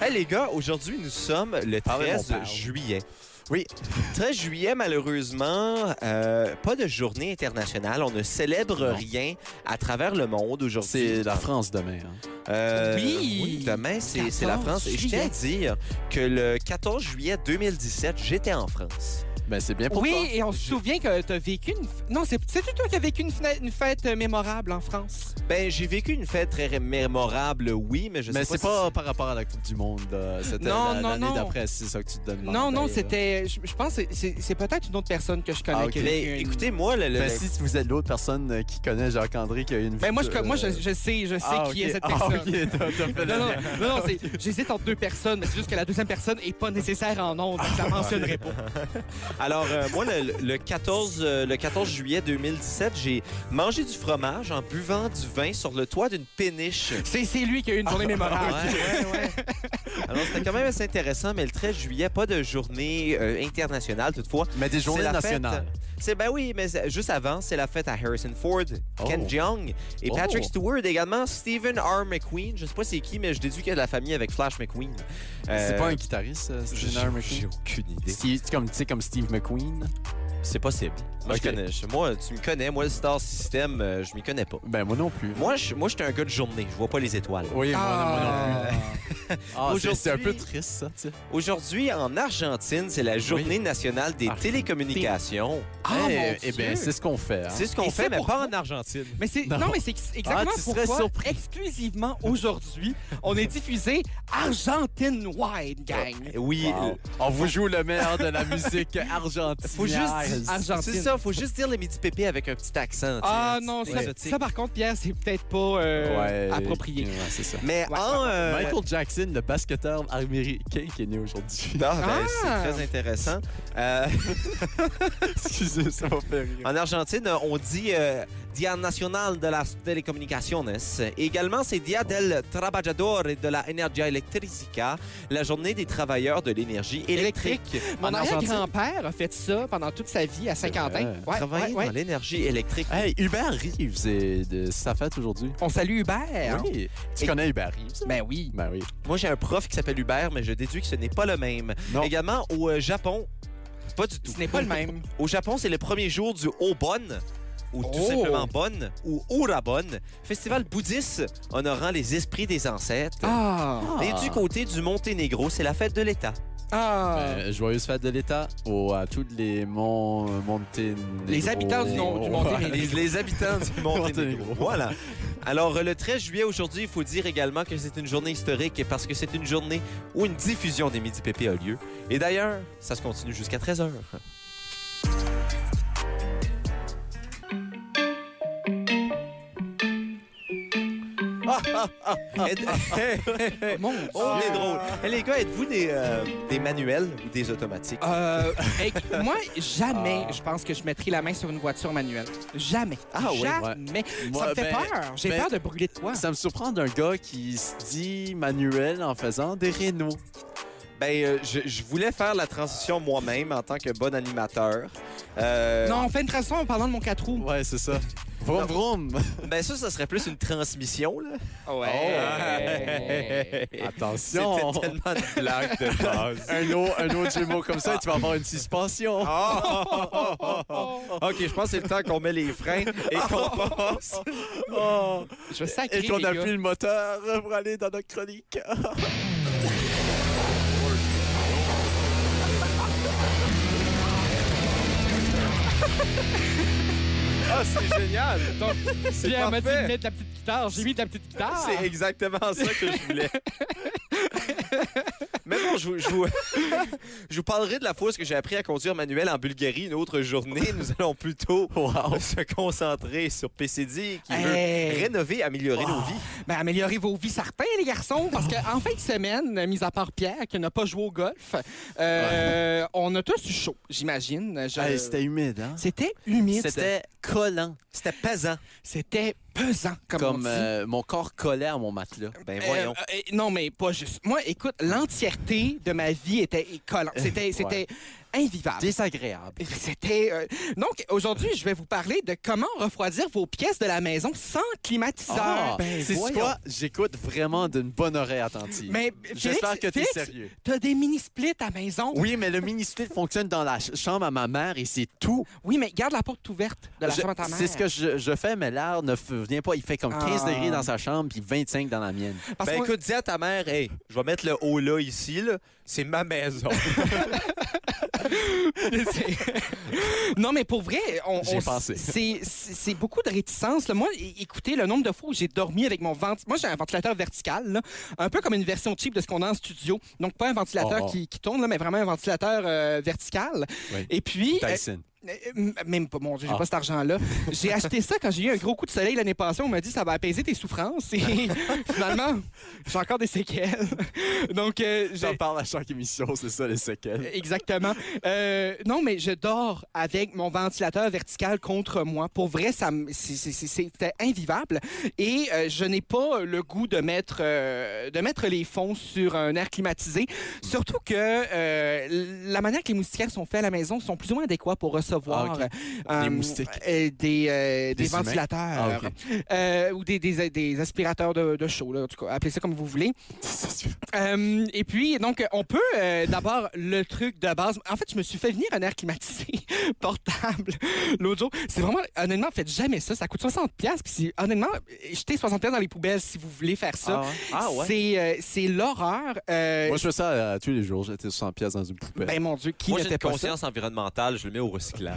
Hey les gars, aujourd'hui nous sommes le Parlez, mon 13 père. juillet. Oui. 13 juillet, malheureusement, euh, pas de journée internationale. On ne célèbre Non. rien à travers le monde aujourd'hui. C'est la France demain. hein. Euh, Oui. Demain, c'est c'est la 14 France. Et je tiens à dire que le 14 juillet 2017, j'étais en France. Ben, c'est bien pour oui, toi. et on se souvient que tu as vécu une. f- Non, c'est c'est-tu toi qui as vécu une, fna- une fête euh, mémorable en France. Ben, j'ai vécu une fête très mémorable, oui, mais je sais Mais pas c'est si pas par rapport à la Coupe du Monde. là. C'était Non, la- non, l'année non. d'après, c'est ça que tu te demandes. Non, non, c'était. Je je pense que c'est- c'est c'est peut-être une autre personne que je connais. ben, euh, Ah, ok. qui a Mais vécu une- écoutez-moi, le, le- Ben, si vous êtes l'autre personne euh, qui connaît Jacques-André qui a une Ben, moi, je, vie de- moi je, je sais, je sais Ah, qui est ok. cette Ah, personne. ok, t'as- t'as fait Non, le non, lien. non, non, c'est- j'hésite entre deux personnes, mais c'est juste que la deuxième personne n'est pas nécessaire en nombre, donc je la mentionnerai pas. Alors, euh, moi, le, le 14, euh, le 14 juillet 2017, j'ai mangé du fromage en buvant du vin sur le toit d'une péniche. Ah, C'est c'est lui qui a eu une journée mémorable. Ouais, ouais, ouais. Alors, c'était quand même assez intéressant, mais le 13 juillet, pas de journée euh, internationale toutefois. Mais des C'est journées la nationales. fête. C'est ben oui, mais c'est- juste avant, c'est la fête à Harrison Ford, Ken Oh. Jeong et Oh. Patrick Stewart également, Stephen R. McQueen. Je sais pas c'est qui, mais je déduis qu'il y a de la famille avec Flash McQueen. C'est Euh, pas un guitariste, euh, je- Steve J'ai McQueen? aucune idée. Steve- tu comme- Tu sais, comme Steve McQueen. C'est possible. Moi, Ok. je connais. je- Moi, tu me connais. Moi, le Star System, euh, je m'y connais pas. Ben, moi non plus. Moi, je moi, j'étais un gars de journée. Je vois pas les étoiles. Oui, moi, Ah. moi non plus. Ah, c'est- c'est un peu Aujourd'hui- triste, ça, tu sais. Aujourd'hui, en Argentine, c'est la journée nationale des Argentine. télécommunications. Ah, Eh, mon eh ben, Dieu. c'est ce qu'on fait. hein. C'est ce qu'on Et fait, c'est mais pas pourquoi? en Argentine. Mais c'est non. Non. Ah, mais c'est ex- exactement tu serais pourquoi surpris. exclusivement aujourd'hui, on est diffusé Argentine Wide Gang. Oui. euh, Wow. On vous joue le meilleur de la musique argentine. Faut juste- euh, Argentine. C'est ça, faut juste dire les midi pépés avec un petit accent. tu sais, Ah un petit non, ça, exotique. ça, par contre, Pierre, c'est peut-être pas euh, Ouais. approprié. Ouais, c'est ça. Mais Ouais, en. euh, Michael Jackson, le basketteur américain qui est né aujourd'hui. ah, ben, Ah! C'est très intéressant. Euh, Excusez, ça m'a fait rire. En Argentine, on dit euh, Dia Nacional de las Telecomunicaciones. Également, c'est Dia del Trabajador et de la Energia Electrica, la journée des travailleurs de l'énergie électrique. Mon En Argentine, arrière-grand-père a fait ça pendant toute sa vie à Saint-Quentin. vrai. Ouais, travailler ouais, ouais. dans l'énergie électrique. Hey, Hubert Reeves, c'est de sa fête aujourd'hui. On salue hein? Hubert. Oui. Tu Et- connais Hubert Reeves? Ben oui. Ben oui. Moi, j'ai un prof qui s'appelle Hubert, mais je déduis que ce n'est pas le même. Non. Également, au euh, Japon, pas du tout. Ce n'est pas le même. Au Japon, c'est le premier jour du Obon, ou tout Oh. simplement Bon, ou Urabon, festival bouddhiste honorant les esprits des ancêtres. Ah! Et du côté du Monténégro, c'est la fête de l'État. Ah! Ben, joyeuse fête de l'État au- à tous les monts Monténégro. Les habitants du nom- du Monténégro. Les, les habitants du Monténégro. Monténégro. voilà. Alors, euh, le 13 juillet aujourd'hui, il faut dire également que c'est une journée historique parce que c'est une journée où une diffusion des Midi PP a lieu. Et d'ailleurs, ça se continue jusqu'à 13h. Mon On Dieu. est drôle. Eh, les gars, êtes-vous des, euh, des manuels ou des automatiques? Euh, hey, moi, jamais, je pense que je mettrai la main sur une voiture manuelle. Jamais. Ah oui, Jamais. Moi, ça me fait ben, peur. J'ai ben, peur de brûler de toi. Ça me surprend d'un gars qui se dit manuel en faisant des rénaux. Ben, euh, je, je voulais faire la transition moi-même en tant que bon animateur. Euh, Non, on fait une transition en parlant de mon 4 roues. Ouais, c'est ça. Vroom vroom. Ben, ça, ça serait plus une transmission, là. Ah, Attention. C'était tellement de blagues de base. Un autre, un autre jumeau comme ça, tu vas avoir une suspension. Ah. Oh! OK, je pense que c'est le temps qu'on met les freins et qu'on passe. Je vais sacrer, Et qu'on les gars. appuie le moteur pour aller dans notre chronique. Ah, c'est génial! Donc, C'est Pierre m'a dit de parfait. mettre la petite guitare. J'ai mis de la petite guitare. C'est exactement ça que je voulais. Mais bon, je vous, je, vous, je vous parlerai de la fois où est-ce que j'ai appris à conduire manuel en Bulgarie une autre journée. Nous allons plutôt se concentrer sur PCD qui veut Hey. rénover, améliorer nos vies. Ben, améliorez vos vies certains, les garçons, parce qu'en en fin de semaine, mis à part Pierre, qui n'a pas joué au golf, euh, on a tous eu chaud, j'imagine. Je- Hey, C'était humide, hein? C'était humide. C'était collant. C'était pesant. C'était pesant, comme, on Comme dit. euh, mon corps collait à mon matelas. Ben Euh, voyons. euh, euh, non, mais pas juste. Moi, écoute, l'entièreté de ma vie était collante. Euh, C'était c'était invivable. Désagréable. C'était. euh, Donc, aujourd'hui, je vais vous parler de comment refroidir vos pièces de la maison sans climatiseur. Ah, Ben, c'est voyons. quoi? J'écoute vraiment d'une bonne oreille attentive. Mais J'espère Félix, que tu es Félix, sérieux. T'as des mini-splits à maison. Oui, mais le mini-split fonctionne dans la ch- chambre à ma mère et c'est tout. Oui, mais garde la porte ouverte de la Je- chambre à ta mère. C'est ce que je, je fais, mais l'art ne f- vient pas. Il fait comme 15 Ah. degrés dans sa chambre puis 25 dans la mienne. Parce ben qu'on- écoute, dis à ta mère, hey, je vais mettre le haut là ici, là. c'est ma maison. C'est- non, mais pour vrai, on, J'ai on- pensé. C'est, c'est- c'est beaucoup de réticence. là. Moi, é- écoutez, le nombre de fois où j'ai dormi avec mon ventilateur. Moi, j'ai un ventilateur vertical, là, un peu comme une version cheap de ce qu'on a en studio. Donc, pas un ventilateur Oh, oh. Qui, qui tourne, là, mais vraiment un ventilateur euh, vertical. Oui. Et puis. euh, Tyson. euh, m- même pas, mon Dieu, j'ai Ah. pas cet argent-là. J'ai acheté ça quand j'ai eu un gros coup de soleil l'année passée. On m'a dit ça va apaiser tes souffrances. Et finalement, j'ai encore des séquelles. Donc, euh, j'ai- J'en parle à chaque émission, c'est ça les séquelles. Exactement. Euh, non, mais je dors avec mon ventilateur vertical contre moi. Pour vrai, ça, me- c'est- c'est- c'est- c'était invivable. Et euh, je n'ai pas le goût de mettre, euh, de mettre les fonds sur un air climatisé. Surtout que euh, la manière que les moustiquaires sont faits à la maison sont plus ou moins adéquats pour recevoir Ah, ok. euh, Des moustiques. euh, des, euh, des humains. ventilateurs Ah, ok. Euh, ou des, des, des aspirateurs de, de chaud. là. en tout cas, appelez ça comme vous voulez. Euh, et puis, donc, on peut euh, d'abord le truc de base. En fait, je me suis fait venir un air climatisé portable l'autre jour. C'est vraiment, honnêtement, faites jamais ça. Ça coûte 60$. Puis, c'est- honnêtement, jetez 60$ dans les poubelles si vous voulez faire ça. Ah ouais? C'est, euh, c'est l'horreur. Euh, Moi, je fais ça euh, tous les jours. J'étais 100 pièces dans une poubelle. ben, mon Dieu, qui Moi, ne j'ai une fait pas ça conscience environnementale, je le mets au recyclage.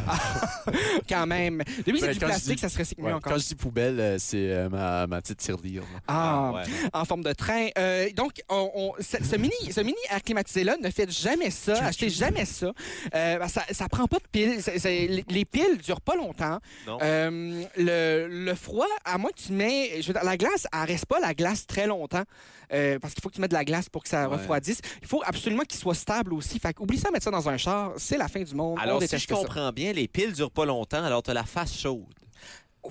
quand même? Depuis, Ben, c'est du quand je plastique, dis- ça se recycle Ouais, mieux encore. Quand je dis poubelle, euh, c'est euh, ma, ma petite tirelire. là. Ah, ouais. en forme de train. Euh, donc, on, on- ce, ce mini, ce mini air climatisé-là, ne faites jamais ça, achetez jamais ça. Euh, ben, ça. Ça prend pas de piles. C'est- c'est- les- les piles durent pas longtemps. Non. Euh, le, le froid, à moins que tu mets... Je veux dire, la glace, elle reste pas la glace très longtemps euh, parce qu'il faut que tu mettes de la glace pour que ça Ouais. refroidisse. Il faut absolument qu'il soit stable aussi. Fait qu'oublie ça, mettre ça dans un char, c'est la fin du monde. On Alors, si déteste je ça. comprends bien, les piles durent pas longtemps, alors t'as la face chaude.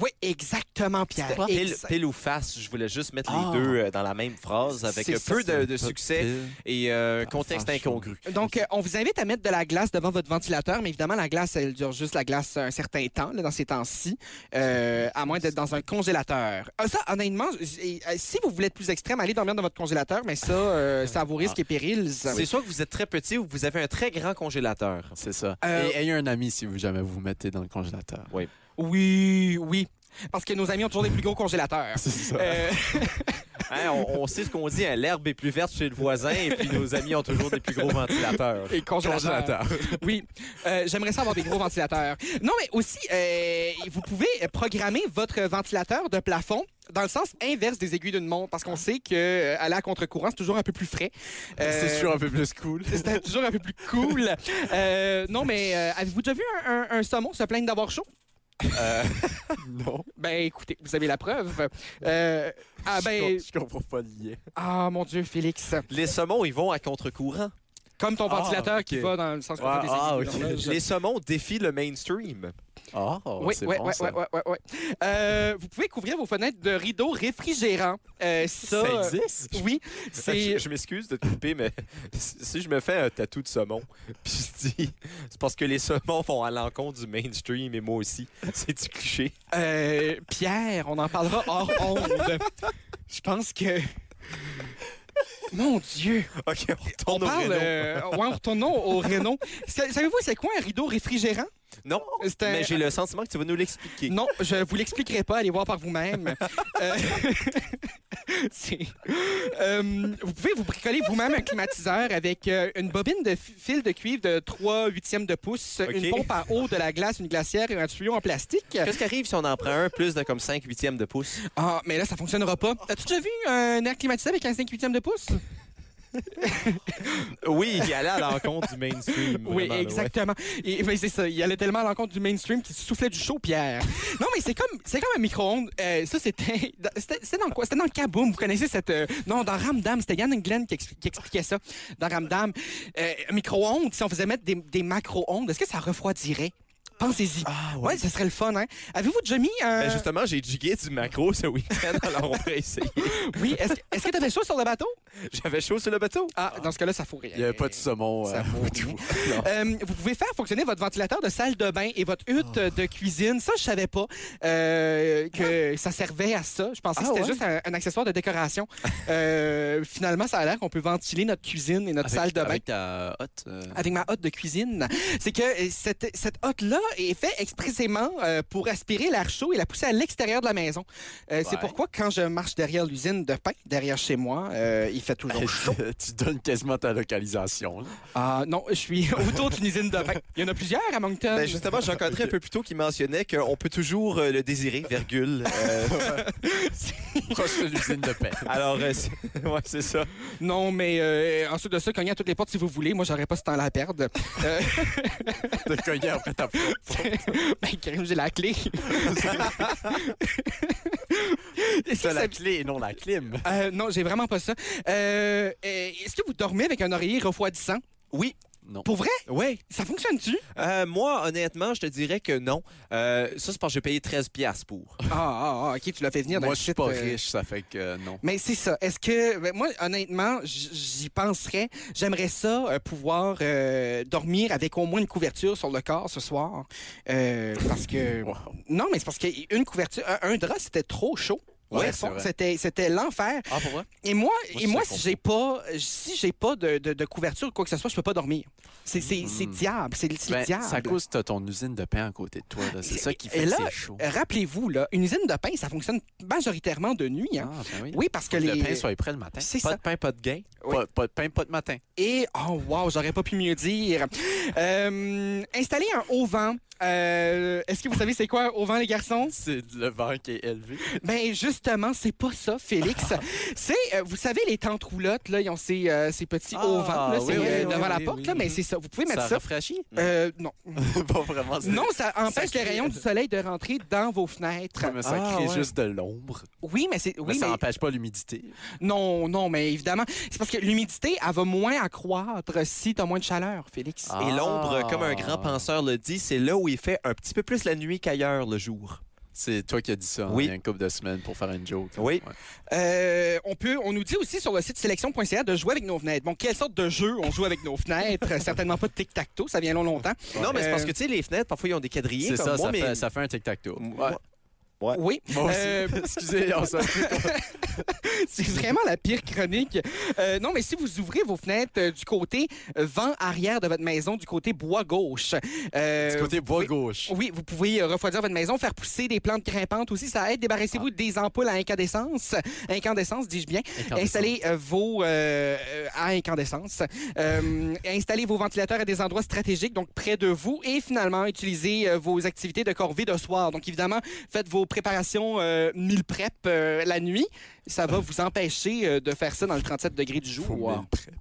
Oui, exactement, Pierre. Pile, Exa- pile ou face, je voulais juste mettre Ah. les deux euh, dans la même phrase avec C'est peu ça, de, de succès et euh, Ah, contexte face chaude. incongru. Donc, euh, on vous invite à mettre de la glace devant votre ventilateur, mais évidemment, la glace, elle dure juste la glace un certain temps, là, dans ces temps-ci, euh, à moins d'être dans un congélateur. Ah, ça, honnêtement, j- euh, si vous voulez être plus extrême, allez dormir dans votre congélateur, mais ça, euh, ça a vos risques et périls. C'est soit que vous êtes très petit ou que vous avez un très grand congélateur. C'est ça. Euh, Et ayez un ami si vous jamais vous mettez dans le congélateur. Oui, oui. Parce que nos amis ont toujours des plus gros congélateurs. C'est ça. Euh, Hein, on, on sait ce qu'on dit, hein, l'herbe est plus verte chez le voisin et puis nos amis ont toujours des plus gros ventilateurs. et congélateurs. Oui. Euh, J'aimerais ça avoir des gros ventilateurs. Non, mais aussi, euh, vous pouvez programmer votre ventilateur de plafond dans le sens inverse des aiguilles d'une montre, parce qu'on sait que euh, aller à contre-courant, c'est toujours un peu plus frais. C'est Euh, toujours un peu plus cool. C'était toujours un peu plus cool. Euh, non, mais euh, avez-vous déjà vu un, un- un saumon se plaindre d'avoir chaud? Euh, non. Ben, écoutez, vous avez la preuve. Euh, ah, ben. Je, je comprends pas le lien. Ah, mon Dieu, Félix. Les saumons, ils vont à contre-courant. Comme ton Ah, ventilateur qui ok. va dans le sens Ouais, contraire des ah, aiguilles ok. de l'horloge. Les saumons défient le mainstream. Ah, Oui, c'est oui, bon, oui, ça. oui, oui, oui, oui. Euh, vous pouvez couvrir vos fenêtres de rideaux réfrigérants. Euh, ça, Ça existe? euh, Oui, Je, c'est... je m'excuse de te couper, mais si je me fais un tatou de saumon, puis je dis, c'est parce que les saumons vont à l'encontre du mainstream et moi aussi. C'est du cliché. euh, Pierre, on en parlera hors onde. Je pense que... Mon Dieu! OK, on On tourne au parle... Renault. euh, ouais, on retourne au Renault. Sa- Savez-vous c'est quoi un rideau réfrigérant? Non, C'est un- mais j'ai le sentiment que tu vas nous l'expliquer. Non, je vous l'expliquerai pas, allez voir par vous-même. Euh, c'est- euh, vous pouvez vous bricoler vous-même un climatiseur avec euh, une bobine de fi- fil de cuivre de 3 huitièmes de pouce, Ok. une pompe à eau, de la glace, une glacière et un tuyau en plastique. Qu'est-ce qui arrive si on en prend un plus de comme 5 huitièmes de pouce? Ah, mais là, ça fonctionnera pas. As-tu déjà vu un air climatisé avec un 5 huitièmes de pouce? Oui, il allait à l'encontre du mainstream. Oui, vraiment, là, ouais. exactement. Et, mais c'est ça, il allait tellement à l'encontre du mainstream qu'il soufflait du chaud, Pierre. Non, mais c'est comme, c'est comme un micro-ondes. Euh, ça, c'était, dans- c'était c'était dans quoi? C'était dans le Kaboom. Vous connaissez cette... euh, non, dans Ramdam, c'était Yann Glenn qui, expli- qui expliquait ça. Dans Ramdam, euh, micro-ondes, si on faisait mettre des, des macro-ondes, est-ce que ça refroidirait? Pensez-y. Ah, ouais. ça serait le fun, hein? Avez-vous déjà mis un... Ben, justement, j'ai jigué du macro ce week-end, alors on va essayer. Oui, est-ce, est-ce que t'avais chaud sur le bateau? J'avais chaud sur le bateau. Ah, dans ce cas-là, ça fout rien. Il n'y avait pas de saumon. Ça euh, vaut rien. Euh, vous pouvez faire fonctionner votre ventilateur de salle de bain et votre hutte Ah. de cuisine. Ça, je savais pas euh, que ça servait à ça. Je pensais Ah que c'était ouais? juste un, un accessoire de décoration. Euh, finalement, ça a l'air qu'on peut ventiler notre cuisine et notre salle de bain. Avec ta hotte. euh, Avec ma hotte de cuisine, c'est que euh, cette, cette hotte-là est faite expressément euh, pour aspirer l'air chaud et la pousser à l'extérieur de la maison. Euh, C'est Ouais. pourquoi quand je marche derrière l'usine de pain, derrière chez moi, euh, il fait toujours chaud. tu donnes quasiment ta localisation. là. Ah non, je suis autour d'une usine de pain. Il y en a plusieurs à Moncton. Ben, justement, j'ai rencontré un peu plus tôt qui mentionnait qu'on peut toujours euh, le désirer, virgule. Euh, Proche de l'usine de paix. alors, euh, c'est- ouais, c'est ça. Non, mais euh, ensuite de ça, cognez à toutes les portes si vous voulez. Moi, j'aurais pas ce temps-là à perdre. Euh, De cogner après ta porte. ben, crime, j'ai la clé. Est-ce que T'as ça- la clé et non la clim. Euh, non, j'ai vraiment pas ça. Euh, euh, Est-ce que vous dormez avec un oreiller refroidissant? Oui. Non. Pour vrai? Oui. Ça fonctionne-tu? Euh, moi, honnêtement, je te dirais que non. Euh, ça, c'est parce que j'ai payé 13$ piastres pour. Ah, ah, ah, OK, tu l'as fait venir dans Moi, le je suis site, pas euh, riche, ça fait que euh, non. Mais c'est ça. Est-ce que ben, moi, honnêtement, j- j'y penserais. J'aimerais ça euh, pouvoir euh, dormir avec au moins une couverture sur le corps ce soir, Euh, parce que Wow. non, mais c'est parce qu'une couverture, un, un drap, c'était trop chaud. Ouais, Au c'est fond, vrai. c'était c'était l'enfer. Ah, pour vrai? Et moi, Moi, et je moi, la si comprends. j'ai pas, si j'ai pas de, de, de couverture ou quoi que ce soit, je peux pas dormir. C'est c'est c'est Mm. diable, c'est c'est Ben, diable. c'est à cause que t'as ton usine de pain à côté de toi. là. C'est Et- ça qui et fait là, que c'est chaud. Euh, Rappelez-vous là, une usine de pain, ça fonctionne majoritairement de nuit. hein. Ah, ben oui. Oui, parce que Faut les Le pain soit prêt le matin. c'est Pas ça. de pain, pas de gain. oui. Pas, pas de pain, pas de matin. Et, oh wow, j'aurais pas pu mieux dire. Euh, installer un auvent. Euh, Est-ce que vous savez c'est quoi un auvent, les garçons? C'est le vent qui est élevé. Ben justement, c'est pas ça, Félix. c'est, euh, vous savez, les tentes roulottes, là, ils ont ces, euh, ces petits Ah, auvents là, oui, c'est, oui, euh, oui, devant oui, la oui, porte, oui, là, mais mhm. c'est ça. Vous pouvez mettre Ça ça. rafraîchit? Euh, non. pas vraiment. c'est- non, ça empêche crée- les rayons du soleil de rentrer dans vos fenêtres. Mais ça Ah, crée ouais. juste de l'ombre. Oui, mais c'est. mais Oui, ça mais- n'empêche pas l'humidité. Non, non, mais évidemment. C'est parce que l'humidité, elle va moins accroître si t'as moins de chaleur, Félix. Ah. Et l'ombre, comme un grand penseur le dit, c'est là où il fait un petit peu plus la nuit qu'ailleurs le jour. C'est toi qui as dit ça hein, Oui. il y a une couple de semaines pour faire une joke. Oui. Ouais. Euh, on peut, on nous dit aussi sur le site sélection.ca de jouer avec nos fenêtres. Bon, quelle sorte de jeu on joue avec nos fenêtres Certainement pas de tic-tac-toe, ça vient long longtemps. Non, mais c'est Euh, parce que, tu sais, les fenêtres, parfois, ils ont des quadrillés. C'est comme ça, moi, ça, mais... fait, ça fait un tic-tac-toe. Moi- Ouais. Oui, Moi aussi. Euh, Excusez, on s'en fout. c'est vraiment la pire chronique. Euh, non, mais si vous ouvrez vos fenêtres euh, du côté euh, vent arrière de votre maison, du côté bois gauche. euh, Du côté bois gauche. Oui, vous pouvez euh, refroidir votre maison, faire pousser des plantes grimpantes aussi, ça aide. Débarrassez-vous des ampoules à incandescence. Incandescence, dis-je bien. Installez euh, vos euh, euh, à incandescence. Euh, installez vos ventilateurs à des endroits stratégiques, donc près de vous. Et finalement, utilisez euh, vos activités de corvée de soir. Donc évidemment, faites vos préparations euh, meal prep euh, la nuit, ça va vous empêcher euh, de faire ça dans le 37 degrés du jour.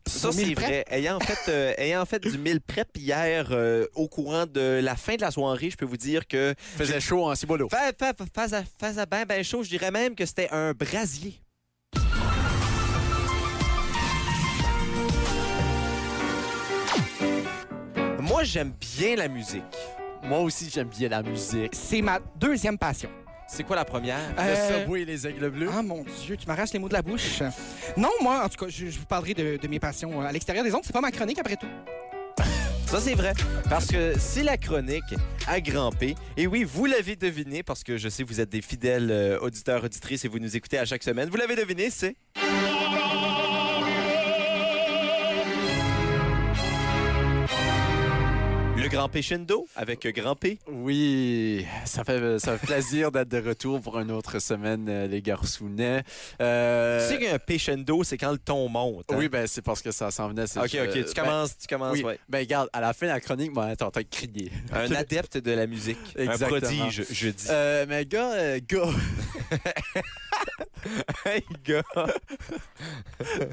Ça, Au c'est mille prep. vrai. Ayant fait, euh, ayant fait du mille prep hier, euh, au courant de la fin de la soirée, je peux vous dire que Faisait chaud en Cibolo. fa- fa- fa- face à, face à ben, ben chaud, je dirais même que c'était un brasier. Moi, j'aime bien la musique. Moi aussi, j'aime bien la musique. C'est ma deuxième passion. C'est quoi la première? Euh, Le Subway et les Aigles Bleus. Ah mon Dieu, tu m'arraches les mots de la bouche. Non, moi, en tout cas, je, je vous parlerai de, de mes passions euh, à l'extérieur des ondes. C'est pas ma chronique après tout. Ça, c'est vrai. Parce que c'est la chronique à Grand P. Et oui, vous l'avez deviné, parce que je sais que vous êtes des fidèles euh, auditeurs, auditrices, et vous nous écoutez à chaque semaine. Vous l'avez deviné, c'est... Le Grand P Shindo, avec Grand P. Oui, ça fait, ça fait plaisir d'être de retour pour une autre semaine, euh, les garçonnets. Euh, Tu sais qu'un P Shindo, c'est quand le ton monte. hein? Oui, ben c'est parce que ça s'en venait. c'est OK, juste, OK, euh, tu ben, commences, tu commences, oui, ouais. ben regarde, à la fin de la chronique, moi, t'as entendu crier. Un adepte de la musique. Un Exactement. prodige, je dis. Euh, mais gars, euh, gars, Hey, gars!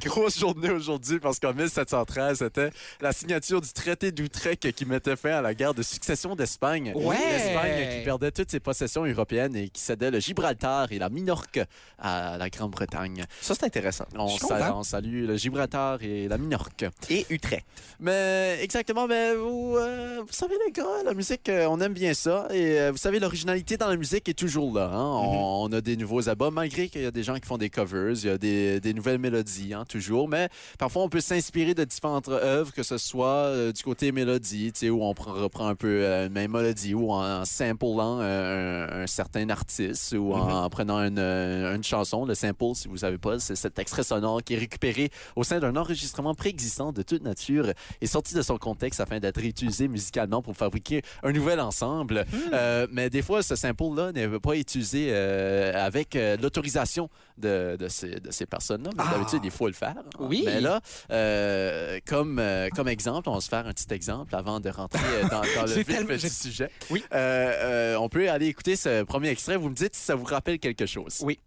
grosse journée aujourd'hui parce qu'en 1713, c'était la signature du traité d'Utrecht qui mettait fin à la guerre de succession d'Espagne. Ouais! L'Espagne qui perdait toutes ses possessions européennes et qui cédait le Gibraltar et la Minorque à la Grande-Bretagne. Ça, c'est intéressant. On, Je sa- comprends. on salue le Gibraltar et la Minorque. Et Utrecht. Mais exactement, mais vous, euh, vous savez les gars, la musique, euh, on aime bien ça. Et euh, vous savez, l'originalité dans la musique est toujours là. hein. On, Mm-hmm. on a des nouveaux albums, malgré qu'il y a des gens qui font des covers, il y a des, des nouvelles mélodies, hein, toujours. Mais parfois, on peut s'inspirer de différentes œuvres, que ce soit euh, du côté mélodie, tu sais, où on prend- reprend un peu euh, une même mélodie, ou en, en samplant euh, un, un certain artiste, ou en, en prenant une, euh, une chanson. Le sample, si vous savez pas, c'est cet extrait sonore qui est récupéré au sein d'un enregistrement préexistant de toute nature est sorti de son contexte afin d'être réutilisé musicalement pour fabriquer un nouvel ensemble. Euh, mais des fois, ce sample-là n'est pas utilisé euh, avec euh, l'autorisation de, de ces, de ces personnes-là. Mais Ah. d'habitude, il faut le faire. hein. Oui. Mais là, euh, comme, euh, comme exemple, on va se faire un petit exemple avant de rentrer euh, dans, dans le J'ai vif tellement- du j'ai- sujet. Oui. Euh, euh, on peut aller écouter ce premier extrait. Vous me dites si ça vous rappelle quelque chose. Oui.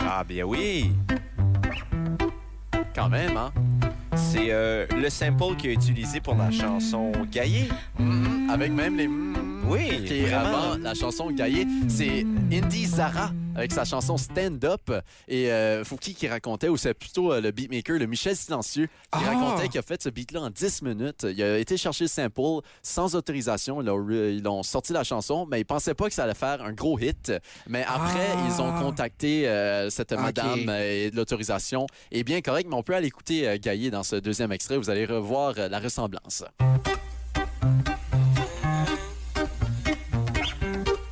Ah, bien oui! Quand même, hein? C'est euh, le sample qu'il a utilisé pour la chanson Gaillé. Avec même les... mm, Oui, qui est vraiment. avant la chanson Gaillé, c'est Indy Zara avec sa chanson Stand Up et euh, Fouki qui racontait, ou c'est plutôt euh, le beatmaker, le Michel Silencieux, qui Ah! racontait qu'il a fait ce beat-là en 10 minutes. Il a été chercher le sample sans autorisation. Ils l'ont re- Ils ont sorti la chanson, mais ils pensaient pas que ça allait faire un gros hit. Mais après, Ah! ils ont contacté euh, cette Ok. madame euh, et de l'autorisation. Et bien correct, mais on peut aller écouter euh, Gaillé dans ce deuxième extrait. Vous allez revoir euh, la ressemblance.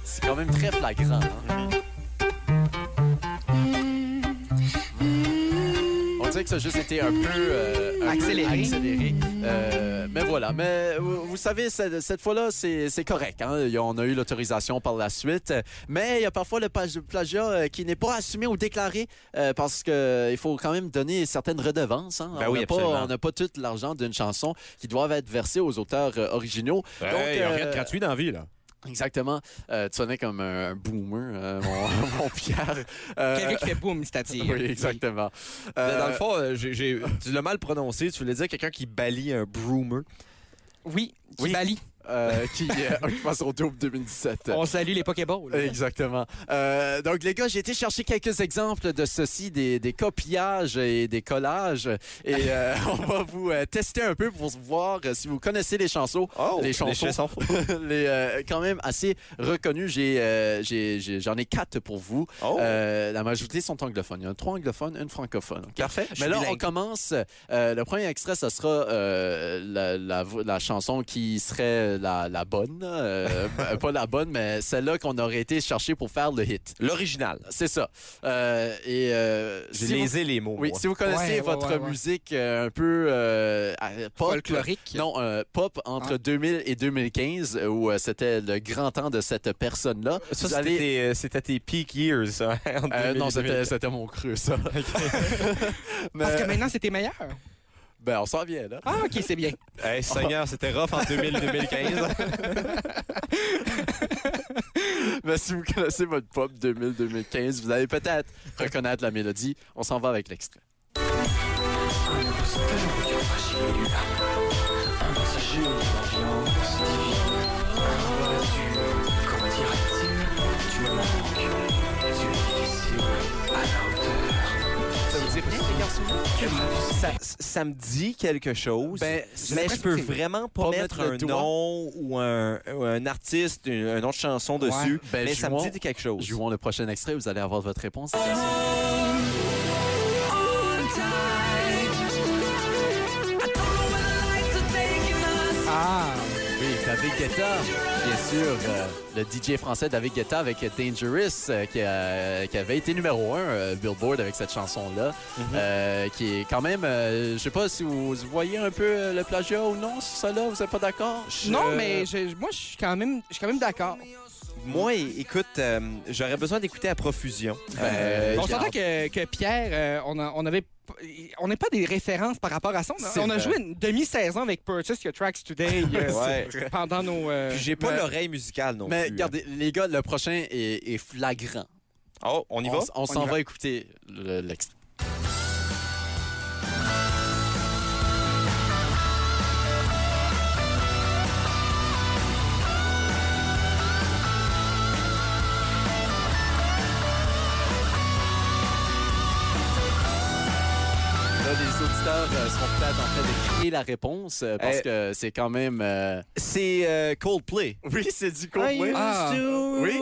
C'est quand même très flagrant. hein. On dirait que ça a juste été un peu euh, un peu Accéléré. accéléré. Euh, mais voilà. Mais vous, vous savez, cette, cette fois-là, c'est c'est correct. hein. Il y a- On a eu l'autorisation par la suite. Mais il y a parfois le plagi- plagiat euh, qui n'est pas assumé ou déclaré euh, parce qu'il faut quand même donner certaines redevances. hein. Ben on oui, n'a pas- absolument. on n'a pas, tout l'argent d'une chanson qui doivent être versés aux auteurs euh, originaux. Donc, euh, gratuit dans la vie, là. Exactement. Euh, tu sonnais comme un, un boomer, euh, mon, mon Pierre. Euh, Quelqu'un qui fait boum, c'est-à-dire. Oui, exactement. Euh, hein. Dans le fond, euh, j'ai- j'ai- tu l'as mal prononcé. Tu voulais dire quelqu'un qui balie un broomer. Oui, qui Oui. Bali. euh, qui est occupant son double 2017. On salue les Pokéballs. Exactement. Euh, donc, les gars, j'ai été chercher quelques exemples de ceci, des, des copiages et des collages. Et euh, on va vous euh, tester un peu pour voir euh, si vous connaissez les chansons. Oh, les chansons. les, euh, quand même assez reconnues. J'ai, euh, j'ai- j'ai- j'en ai quatre pour vous. Oh, Euh, la majorité sont anglophones. Il y en a trois anglophones, une francophone. OK? parfait. Mais là, on commence. euh, le premier extrait, ce sera euh, la, la vo- la chanson qui serait la, la bonne. euh, euh, pas la bonne, mais celle-là qu'on aurait été chercher pour faire le hit. L'original. C'est ça. Euh, et euh, J'ai si vous, lésé les mots. oui, moi. si vous connaissez Ouais, ouais, votre ouais, ouais. musique euh, un peu euh, euh, pop, Folklorique. Ah. non, euh, pop entre 2000 et 2015, euh, où euh, c'était le grand temps de cette personne-là. Ça, c'était Vous allez- tes, euh, c'était tes peak years. ça, en Euh, non, 2000. c'était c'était mon cru, ça. Mais- euh, Parce que maintenant, c'était meilleur. Ben, on s'en vient, là. Ah, OK, c'est bien. Hey, Seigneur, c'était rough en 2000-2015. Mais si vous connaissez votre pop 2000-2015, vous allez peut-être reconnaître la mélodie. On s'en va avec l'extrait. ça, ça me dit quelque chose, Ben, mais c'est je peux presque- vraiment pas, pas mettre, mettre le un doigt. nom ou un, ou un artiste, une, une autre chanson dessus. Ben, mais ça me jouons- dit quelque chose. Jouons le prochain extrait, vous allez avoir votre réponse. Ah, Oui, David Guetta, bien sûr. euh, le DJ français David Guetta avec Dangerous, euh, qui, a- qui avait été numéro un euh, Billboard avec cette chanson-là, Mhm. euh, qui est quand même, euh, je sais pas si vous voyez un peu euh, le plagiat ou non sur ça là, vous n'êtes pas d'accord? non, mais je- moi, je suis quand même, je suis quand même d'accord. Moi, é- écoute, euh, j'aurais besoin d'écouter à profusion. Ben, on s'entend regarde. que, que Pierre, euh, on, a- on avait. p- On n'est pas des références par rapport à ça. On a- C'est On a vrai. joué une demi-saison avec Purchase Your Tracks Today euh, Ouais. pendant nos. euh, Puis j'ai pas mais- l'oreille musicale non Mais plus. regardez, les gars, le prochain est, est flagrant. Oh, on y va? On, s- on s'en y va, va. écouter le- l'extrait. Là, les auditeurs euh, sont peut-être en train de crier la réponse euh, parce Eh. que c'est quand même. euh, C'est euh, Coldplay. Oui, c'est du coup. Ah. Oui.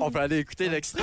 On peut aller écouter l'extrait.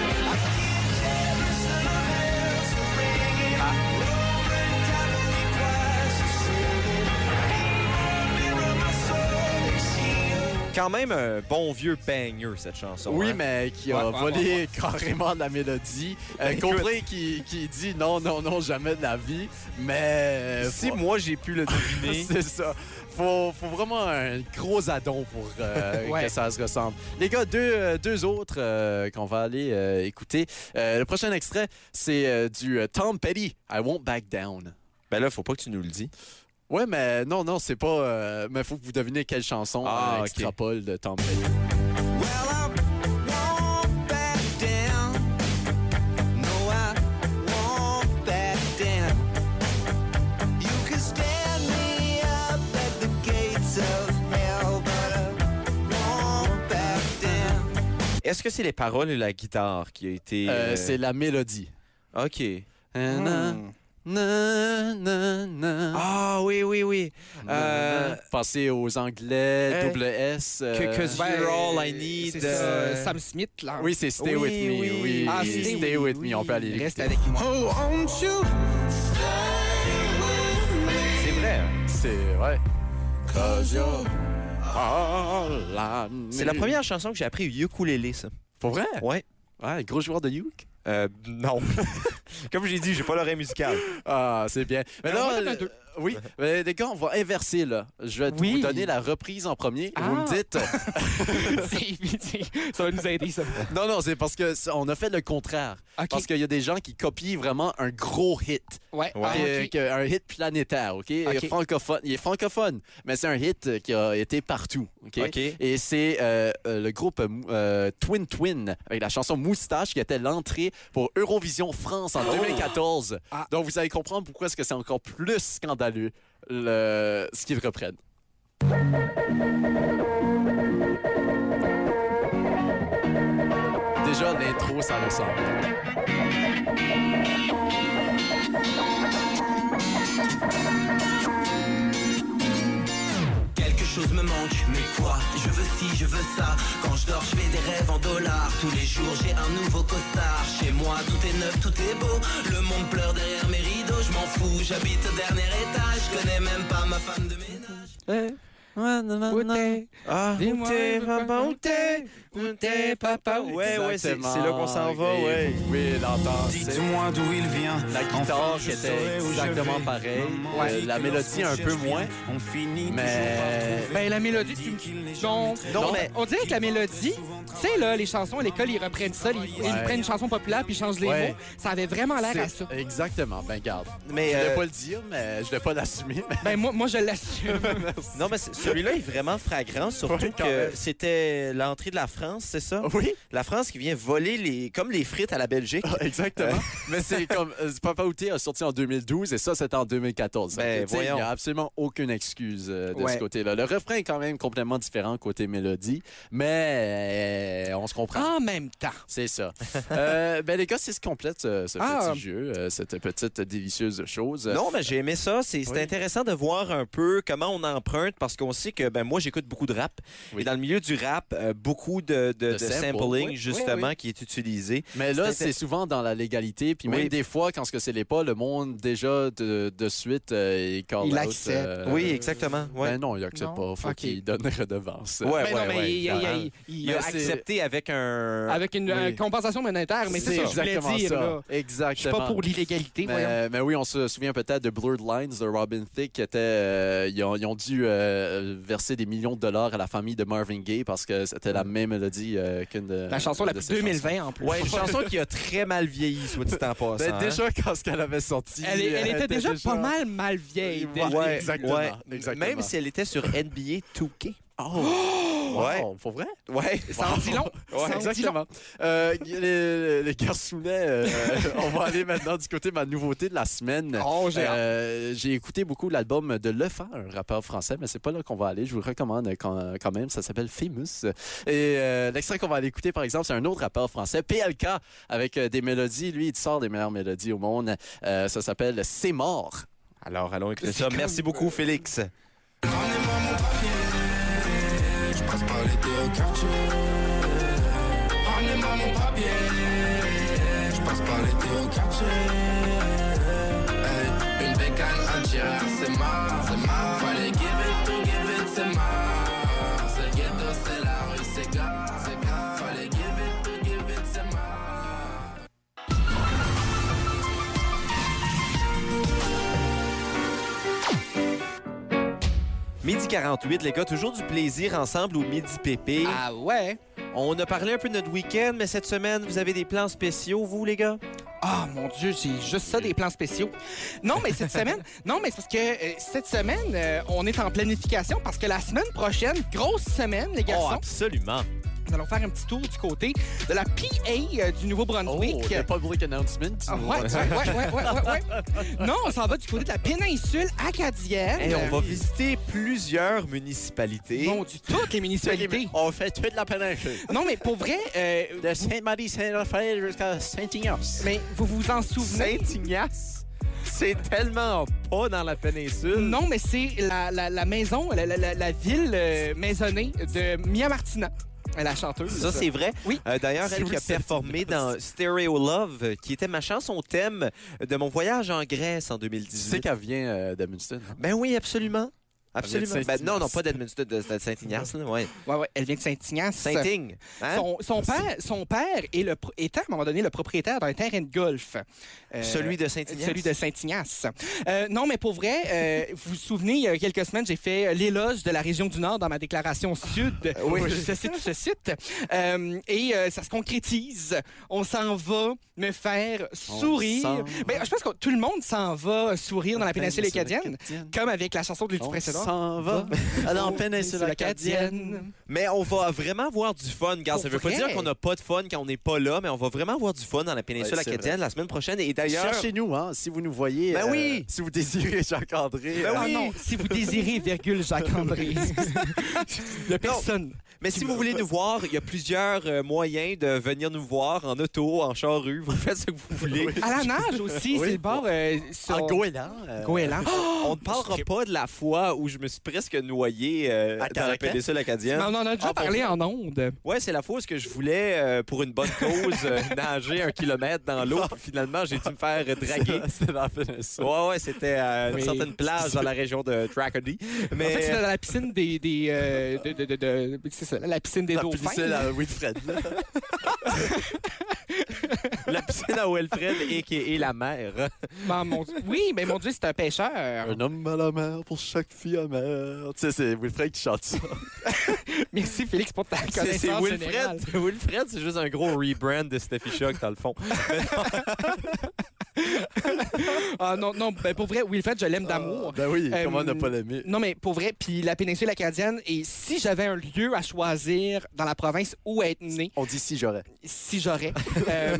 Quand même un bon vieux banger, cette chanson. Oui, hein? mais qui a Ouais, ouais, volé carrément de la mélodie. Euh, Ben, écoute. Coldplay qui, qui dit non, non, non, jamais de la vie. Mais. euh, Si faut- moi, j'ai pu le deviner... C'est ça. Faut, faut vraiment un gros addon pour euh, Ouais. que ça se ressemble. Les gars, deux, euh, deux autres euh, qu'on va aller euh, écouter. Euh, le prochain extrait, c'est euh, du euh, Tom Petty, I Won't Back Down. ben là, faut pas que tu nous le dis. Ouais, mais non, non, c'est pas. euh, mais faut que vous devinez quelle chanson Ah, euh, ok. extrapole de Tom Petty. Est-ce que c'est les paroles et la guitare qui a été... Euh, euh, c'est la mélodie. OK. Na, na, na, na. Ah, oui, oui, oui. Euh, Passer aux Anglais, Hey. double S. euh, Que- que- ben, You're all I need, c'est ça, euh, Sam Smith, là. Oui, c'est Stay Oui, With Me. oui. Oui, Ah, Stay, Stay With Me. On peut aller Reste l'écouter. avec moi. c'est vrai. hein? C'est, ouais. All I need. C'est la première chanson que j'ai appris au ukulélé, ça. Pour vrai? Ouais. Ouais, gros joueur de Uke. Euh, non. Comme j'ai dit, j'ai pas l'oreille musicale. Ah, c'est bien. Mais Mais on va là, donner euh, un deux. oui, mais les gars, on va inverser, là. Je vais Oui. vous donner la reprise en premier. Vous me Ah. dites. C'est- ça va nous aider, ça. non, non, c'est parce que c- on a fait le contraire. OK. Parce qu'il y a des gens qui copient vraiment un gros hit. Ouais. Ouais. Ah, Et, euh, ok. que- Un hit planétaire, OK? Il, est OK. francophone, il est francophone, mais c'est un hit euh, qui a été partout, OK? OK. Et c'est euh, euh, le groupe euh, Mou- euh, Twin Twin avec la chanson Moustache qui était l'entrée pour Eurovision France en 2014. Oh! Ah. Donc, vous allez comprendre pourquoi est-ce que c'est encore plus scandaleux le... ce qu'ils reprennent. Déjà, l'intro, ça ressemble. Quelque chose me manque, mais quoi Je veux ci, je veux ça. Quand je dors, je fais des rêves en dollars. Tous les jours, j'ai un nouveau costard. Chez moi, tout est neuf, tout est beau. Le monde pleure derrière mes rideaux. Je m'en fous, j'habite au dernier étage. Je connais même pas ma femme de ménage. Où t'es? Ah, Dis-moi, t'es je veux ma pas bonté, T'es papa, Ouais, ouais, c'est c'est là qu'on s'en va, Exactement. ouais. Et vous pouvez l'entendre. c'est- Dites-moi d'où il vient. La guitare qui était exactement pareille. Euh, la mélodie un peu moins. On finit Mais- Ben, la mélodie, tu me- non, non, mais- on dirait que la mélodie, tu sais, là, les chansons à l'école, ils reprennent ça, ils, ils Ouais. prennent une chanson populaire puis ils changent les Ouais. mots. Ça avait vraiment l'air à ça. C'est- Exactement. Ben, garde. Mais, je ne euh, voulais pas le dire, mais je ne vais pas l'assumer. mais- Ben, moi, moi je l'assume. Non, mais c- celui-là est vraiment fragrant, surtout Ouais, quand que même. Oh. c'était l'entrée de la France, c'est ça? Oui, La France qui vient voler les comme les frites à la Belgique. Ah, exactement. Mais c'est comme euh, Papa Outé a sorti en 2012 et ça, c'était en 2014. Ben, Donc, tu sais, Il voyons. n'y a absolument aucune excuse euh, de Ouais. ce côté-là. Le refrain est quand même complètement différent côté mélodie, mais euh, on se comprend. en même temps. C'est ça. Euh, ben les gars, c'est ce qui complète ce, ce Ah. petit jeu, euh, cette petite délicieuse chose. Non, mais j'ai aimé ça. C'est c'est Oui. intéressant de voir un peu comment on emprunte parce qu'on sait que ben moi j'écoute beaucoup de rap Oui. et dans le milieu du rap euh, beaucoup de, de- De de sample, sampling oui. justement Oui, qui est utilisé. Mais là, C'était- c'est souvent dans la légalité, puis même Oui. des fois, quand ce que c'est les pas, le monde déjà de, de suite euh, il call Il out, accepte. euh, oui, exactement. Ouais. Ben non, il accepte Non. pas. Faut Ok. qu'il donne une redevance. Ouais, Ben non, ouais, mais ouais, il- il- clairement. il- il- Il a Mais c'est- accepté avec un ben, avec une Oui. euh, compensation monétaire, mais c'est ça que je voulais exactement dire. ça. là. Je suis Exactement. pas pour l'illégalité, voyons. mais, mais oui, on se souvient peut-être de Blurred Lines de Robin Thicke qui était. euh, ils, ont, ils ont dû euh, verser des millions de dollars à la famille de Marvin Gaye parce que c'était la même mélodie euh, qu'une de. La chanson la de plus ses 2020 Ben, en plus. Ouais, une chanson qui a très mal vieilli, soit dit en passant. Ben, hein. déjà, quand ce qu'elle avait sorti. Elle, est- elle était déjà, pas mal mal vieille. Ouais, déjà. hein. Ouais, exactement, ouais. exactement. Même si elle était sur NBA 2K. Oh, Ouais. wow, pour vrai? Ouais. Ça en dit long. Ouais, ça en dit long. Exactement. Euh, les, les garçonnets, euh, on va aller maintenant du côté de ma nouveauté de la semaine. Oh, j'ai hâte. Euh, J'ai écouté beaucoup l'album de Lefa, un rappeur français, mais c'est pas là qu'on va aller. Je vous le recommande quand, quand même. Ça s'appelle Famous. Et euh, l'extrait qu'on va aller écouter, par exemple, c'est un autre rappeur français, PLK, avec euh, des mélodies. Lui, il sort des meilleures mélodies au monde. Euh, ça s'appelle C'est mort. Alors, allons écouter ça. Merci beaucoup, Félix. Je passe par l'été au quartier. Ramenez-moi mon papier. Je passe par l'été au quartier. Hey, Une bécane, un tireur, c'est marre, c'est marre. Fallait give it to give it, c'est marre. C'est le ghetto, c'est la rue, c'est grave, c'est grave. Fallait give it to give it, c'est marre. Midi 48, les gars, toujours du plaisir ensemble au Midi Pépé. Ah ouais? On a parlé un peu de notre week-end, mais cette semaine, vous avez des plans spéciaux, vous, les gars? Oh, Ah mon Dieu, j'ai juste ça des plans spéciaux. Non, mais cette semaine, non, mais c'est parce que euh, cette semaine, euh, on est en planification parce que la semaine prochaine, grosse semaine, Oh, les garçons, absolument. nous allons faire un petit tour du côté de la PA euh, du Nouveau-Brunswick. Oh, le public announcement. Ah, ouais, ouais, ouais, ouais, ouais, ouais. Non, on s'en va du côté de la péninsule acadienne. Eh, Eh Euh, on va visiter plusieurs municipalités. Bon, du toutes les municipalités. On fait toute la péninsule. Non, mais pour vrai, euh, De Sainte-Marie-Saint-Raphaël jusqu'à Saint-Ignace. mais vous vous en souvenez? Saint-Ignace, c'est tellement pas dans la péninsule. Non, mais c'est la, la- la maison, la, la- la- la ville euh, maisonnée de Mia Martina, la chanteuse. Ça, c'est vrai. Oui. Euh, D'ailleurs, elle qui a Sous-Saint-Ignace. performé dans Stereo Love, euh, qui était ma chanson thème de mon voyage en Grèce en Tu sais 2018. qu'elle vient euh, d'Edmundston, hein? Ben oui, absolument. vient de Absolument. Ben Saint-Ignace. non, non, pas d'Edmundston, de, de Saint-Ignace. là, Ouais. Ouais, ouais, elle vient de Saint-Ignace. Saint-Ing. hein? Son, son père, son père est le, pro- était à un moment donné le propriétaire d'un terrain de golf. Euh, Celui de Saint-Ignace. Celui de Saint-Ignace. Euh, non, mais pour vrai, euh, vous vous souvenez, il y a quelques semaines, j'ai fait euh, l'éloge de la région du Nord dans ma déclaration Sud. oui. Tout ce site, tout ce site. Euh, et euh, ça se concrétise. On s'en va me faire sourire. s'en Ben, je pense que tout le monde s'en va sourire dans la péninsule Péninsule acadienne, acadienne. comme avec la chanson de l'étude On précédente. s'en va à la péninsule acadienne. Mais on va vraiment avoir du fun, gars. Ça Pour veut vrai? pas dire qu'on n'a pas de fun quand on n'est pas là, mais on va vraiment avoir du fun dans la péninsule Ouais, c'est acadienne la semaine prochaine. Et d'ailleurs, Cherchez-nous, hein, si vous nous voyez. Ben euh, oui. si vous désirez Jacques-André. Ben euh, Ah oui. non, si vous désirez, virgule Jacques-André. Il y a personne. mais si vous voulez nous voir, il y a plusieurs euh, moyens de venir nous voir en auto, en charrue. Vous faites ce que vous voulez. À la nage aussi, Oui. c'est le bord. euh, sur- En goéland. euh, Goéland. Oh, On ne parlera pas de la fois où où je me suis presque noyé euh, À dans la hein? Caracan? péninsule acadienne. Mais on en a déjà Ah, pour parlé en ondes. Ouais, c'est la fois où est-ce que je voulais, euh, pour une bonne cause, euh, nager un kilomètre dans l'eau. Ah. puis Finalement, j'ai dû me faire euh, draguer. C'était dans la péninsule. Ouais, ouais, c'était à une Oui. certaine plage dans la région de Tracadie. Mais... euh, En fait, c'était dans la piscine des. des euh, de, de- de- de- c'est ça, la piscine des La dauphins. péninsule à Wilfred. La piscine à Wilfred et qui est la mer. Bon, Ah, mon Dieu. Oui, mais mon Dieu, c'est un Euh, pêcheur. Un homme à la mer pour chaque fille amère. Tu sais, c'est Wilfred qui chante ça. Merci, Félix, pour ta C'est c'est connaissance générale. Wilfred. Wilfred, c'est juste un gros rebrand de Steffi Shock dans le fond. Ah non, non, ben, pour vrai, Wilfred, je l'aime Ah. d'amour. Ben oui, Euh, comment ne pas l'aimer? Non, mais pour vrai, puis la péninsule acadienne, et si j'avais un lieu à choisir dans la province où être né, On dit si j'aurais. si j'aurais, euh,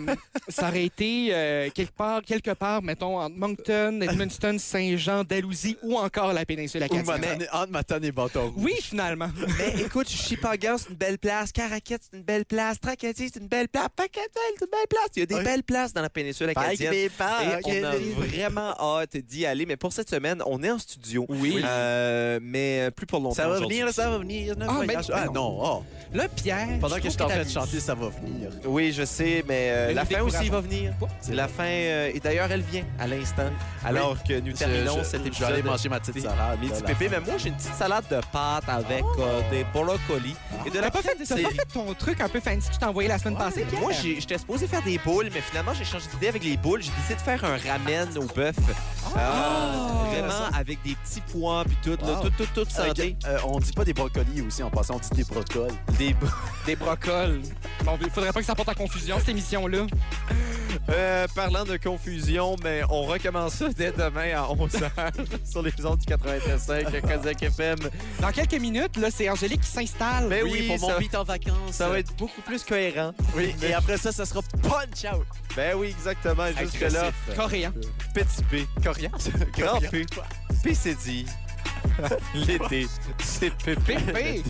ça aurait été euh, quelque part, quelque part, mettons, entre Moncton, Edmundston, Saint-Jean, Dalhousie ou encore la péninsule Ou acadienne. Matane, entre Matane et Bâton. Oui, finalement. Mais écoute, Chipagan, c'est une belle place. Caraquette, c'est une belle place. Tracadie, c'est une belle place. Pacatelle, c'est une belle place. Il y a des Oui. belles places dans la péninsule acadienne. des Et on a des- vraiment hâte d'y aller. Mais pour cette semaine, on est en studio. Oui. Euh, mais plus pour longtemps. Ça va aujourd'hui. venir, ça va venir. ne Ah, voyage- ben- ah non, oh. Là, Pierre. pendant que trouve je t'en t'as fais vu- chanter, ça va venir. Oui, je sais, mais euh, Mais la nous fin aussi va venir. Quoi? La fin, euh, et d'ailleurs, elle vient à l'instant, alors que nous Je- terminons je- cet Je vais aller épisode. manger ma petite salade. Midi là, là. pépé, mais moi j'ai une petite salade de pâtes avec euh, des brocolis et de T'as la pas, fait, crème de t'as pas céleri. fait ton truc un peu fancy que je t'ai envoyé la semaine passée, Pierre? Moi j'ai- j'étais supposé faire des boules, mais finalement j'ai changé d'idée avec les boules. J'ai décidé de faire un ramen au bœuf. Euh, vraiment avec des petits pois puis tout, là, Wow. tout, tout, tout Avec, santé. euh, on dit pas des brocolis aussi en passant, on dit des brocolis. Des bo- Des brocoles. Bon, il faudrait pas que ça porte à confusion, cette émission-là. Euh, parlant de confusion, mais on recommence ça dès demain à 11h sur les ondes du 93.5 Kazakh FM. Dans quelques minutes, là, c'est Angélique qui s'installe. Mais oui, Eh pour ça- mon beat en vacances. Ça va être beaucoup plus cohérent. Oui, et après ça, ça sera punch out. Ben oui, exactement. Jusque-là, Coréen. petit P, Corian. grand P, Ben PCD. L'été, c'est pépé. Pépé.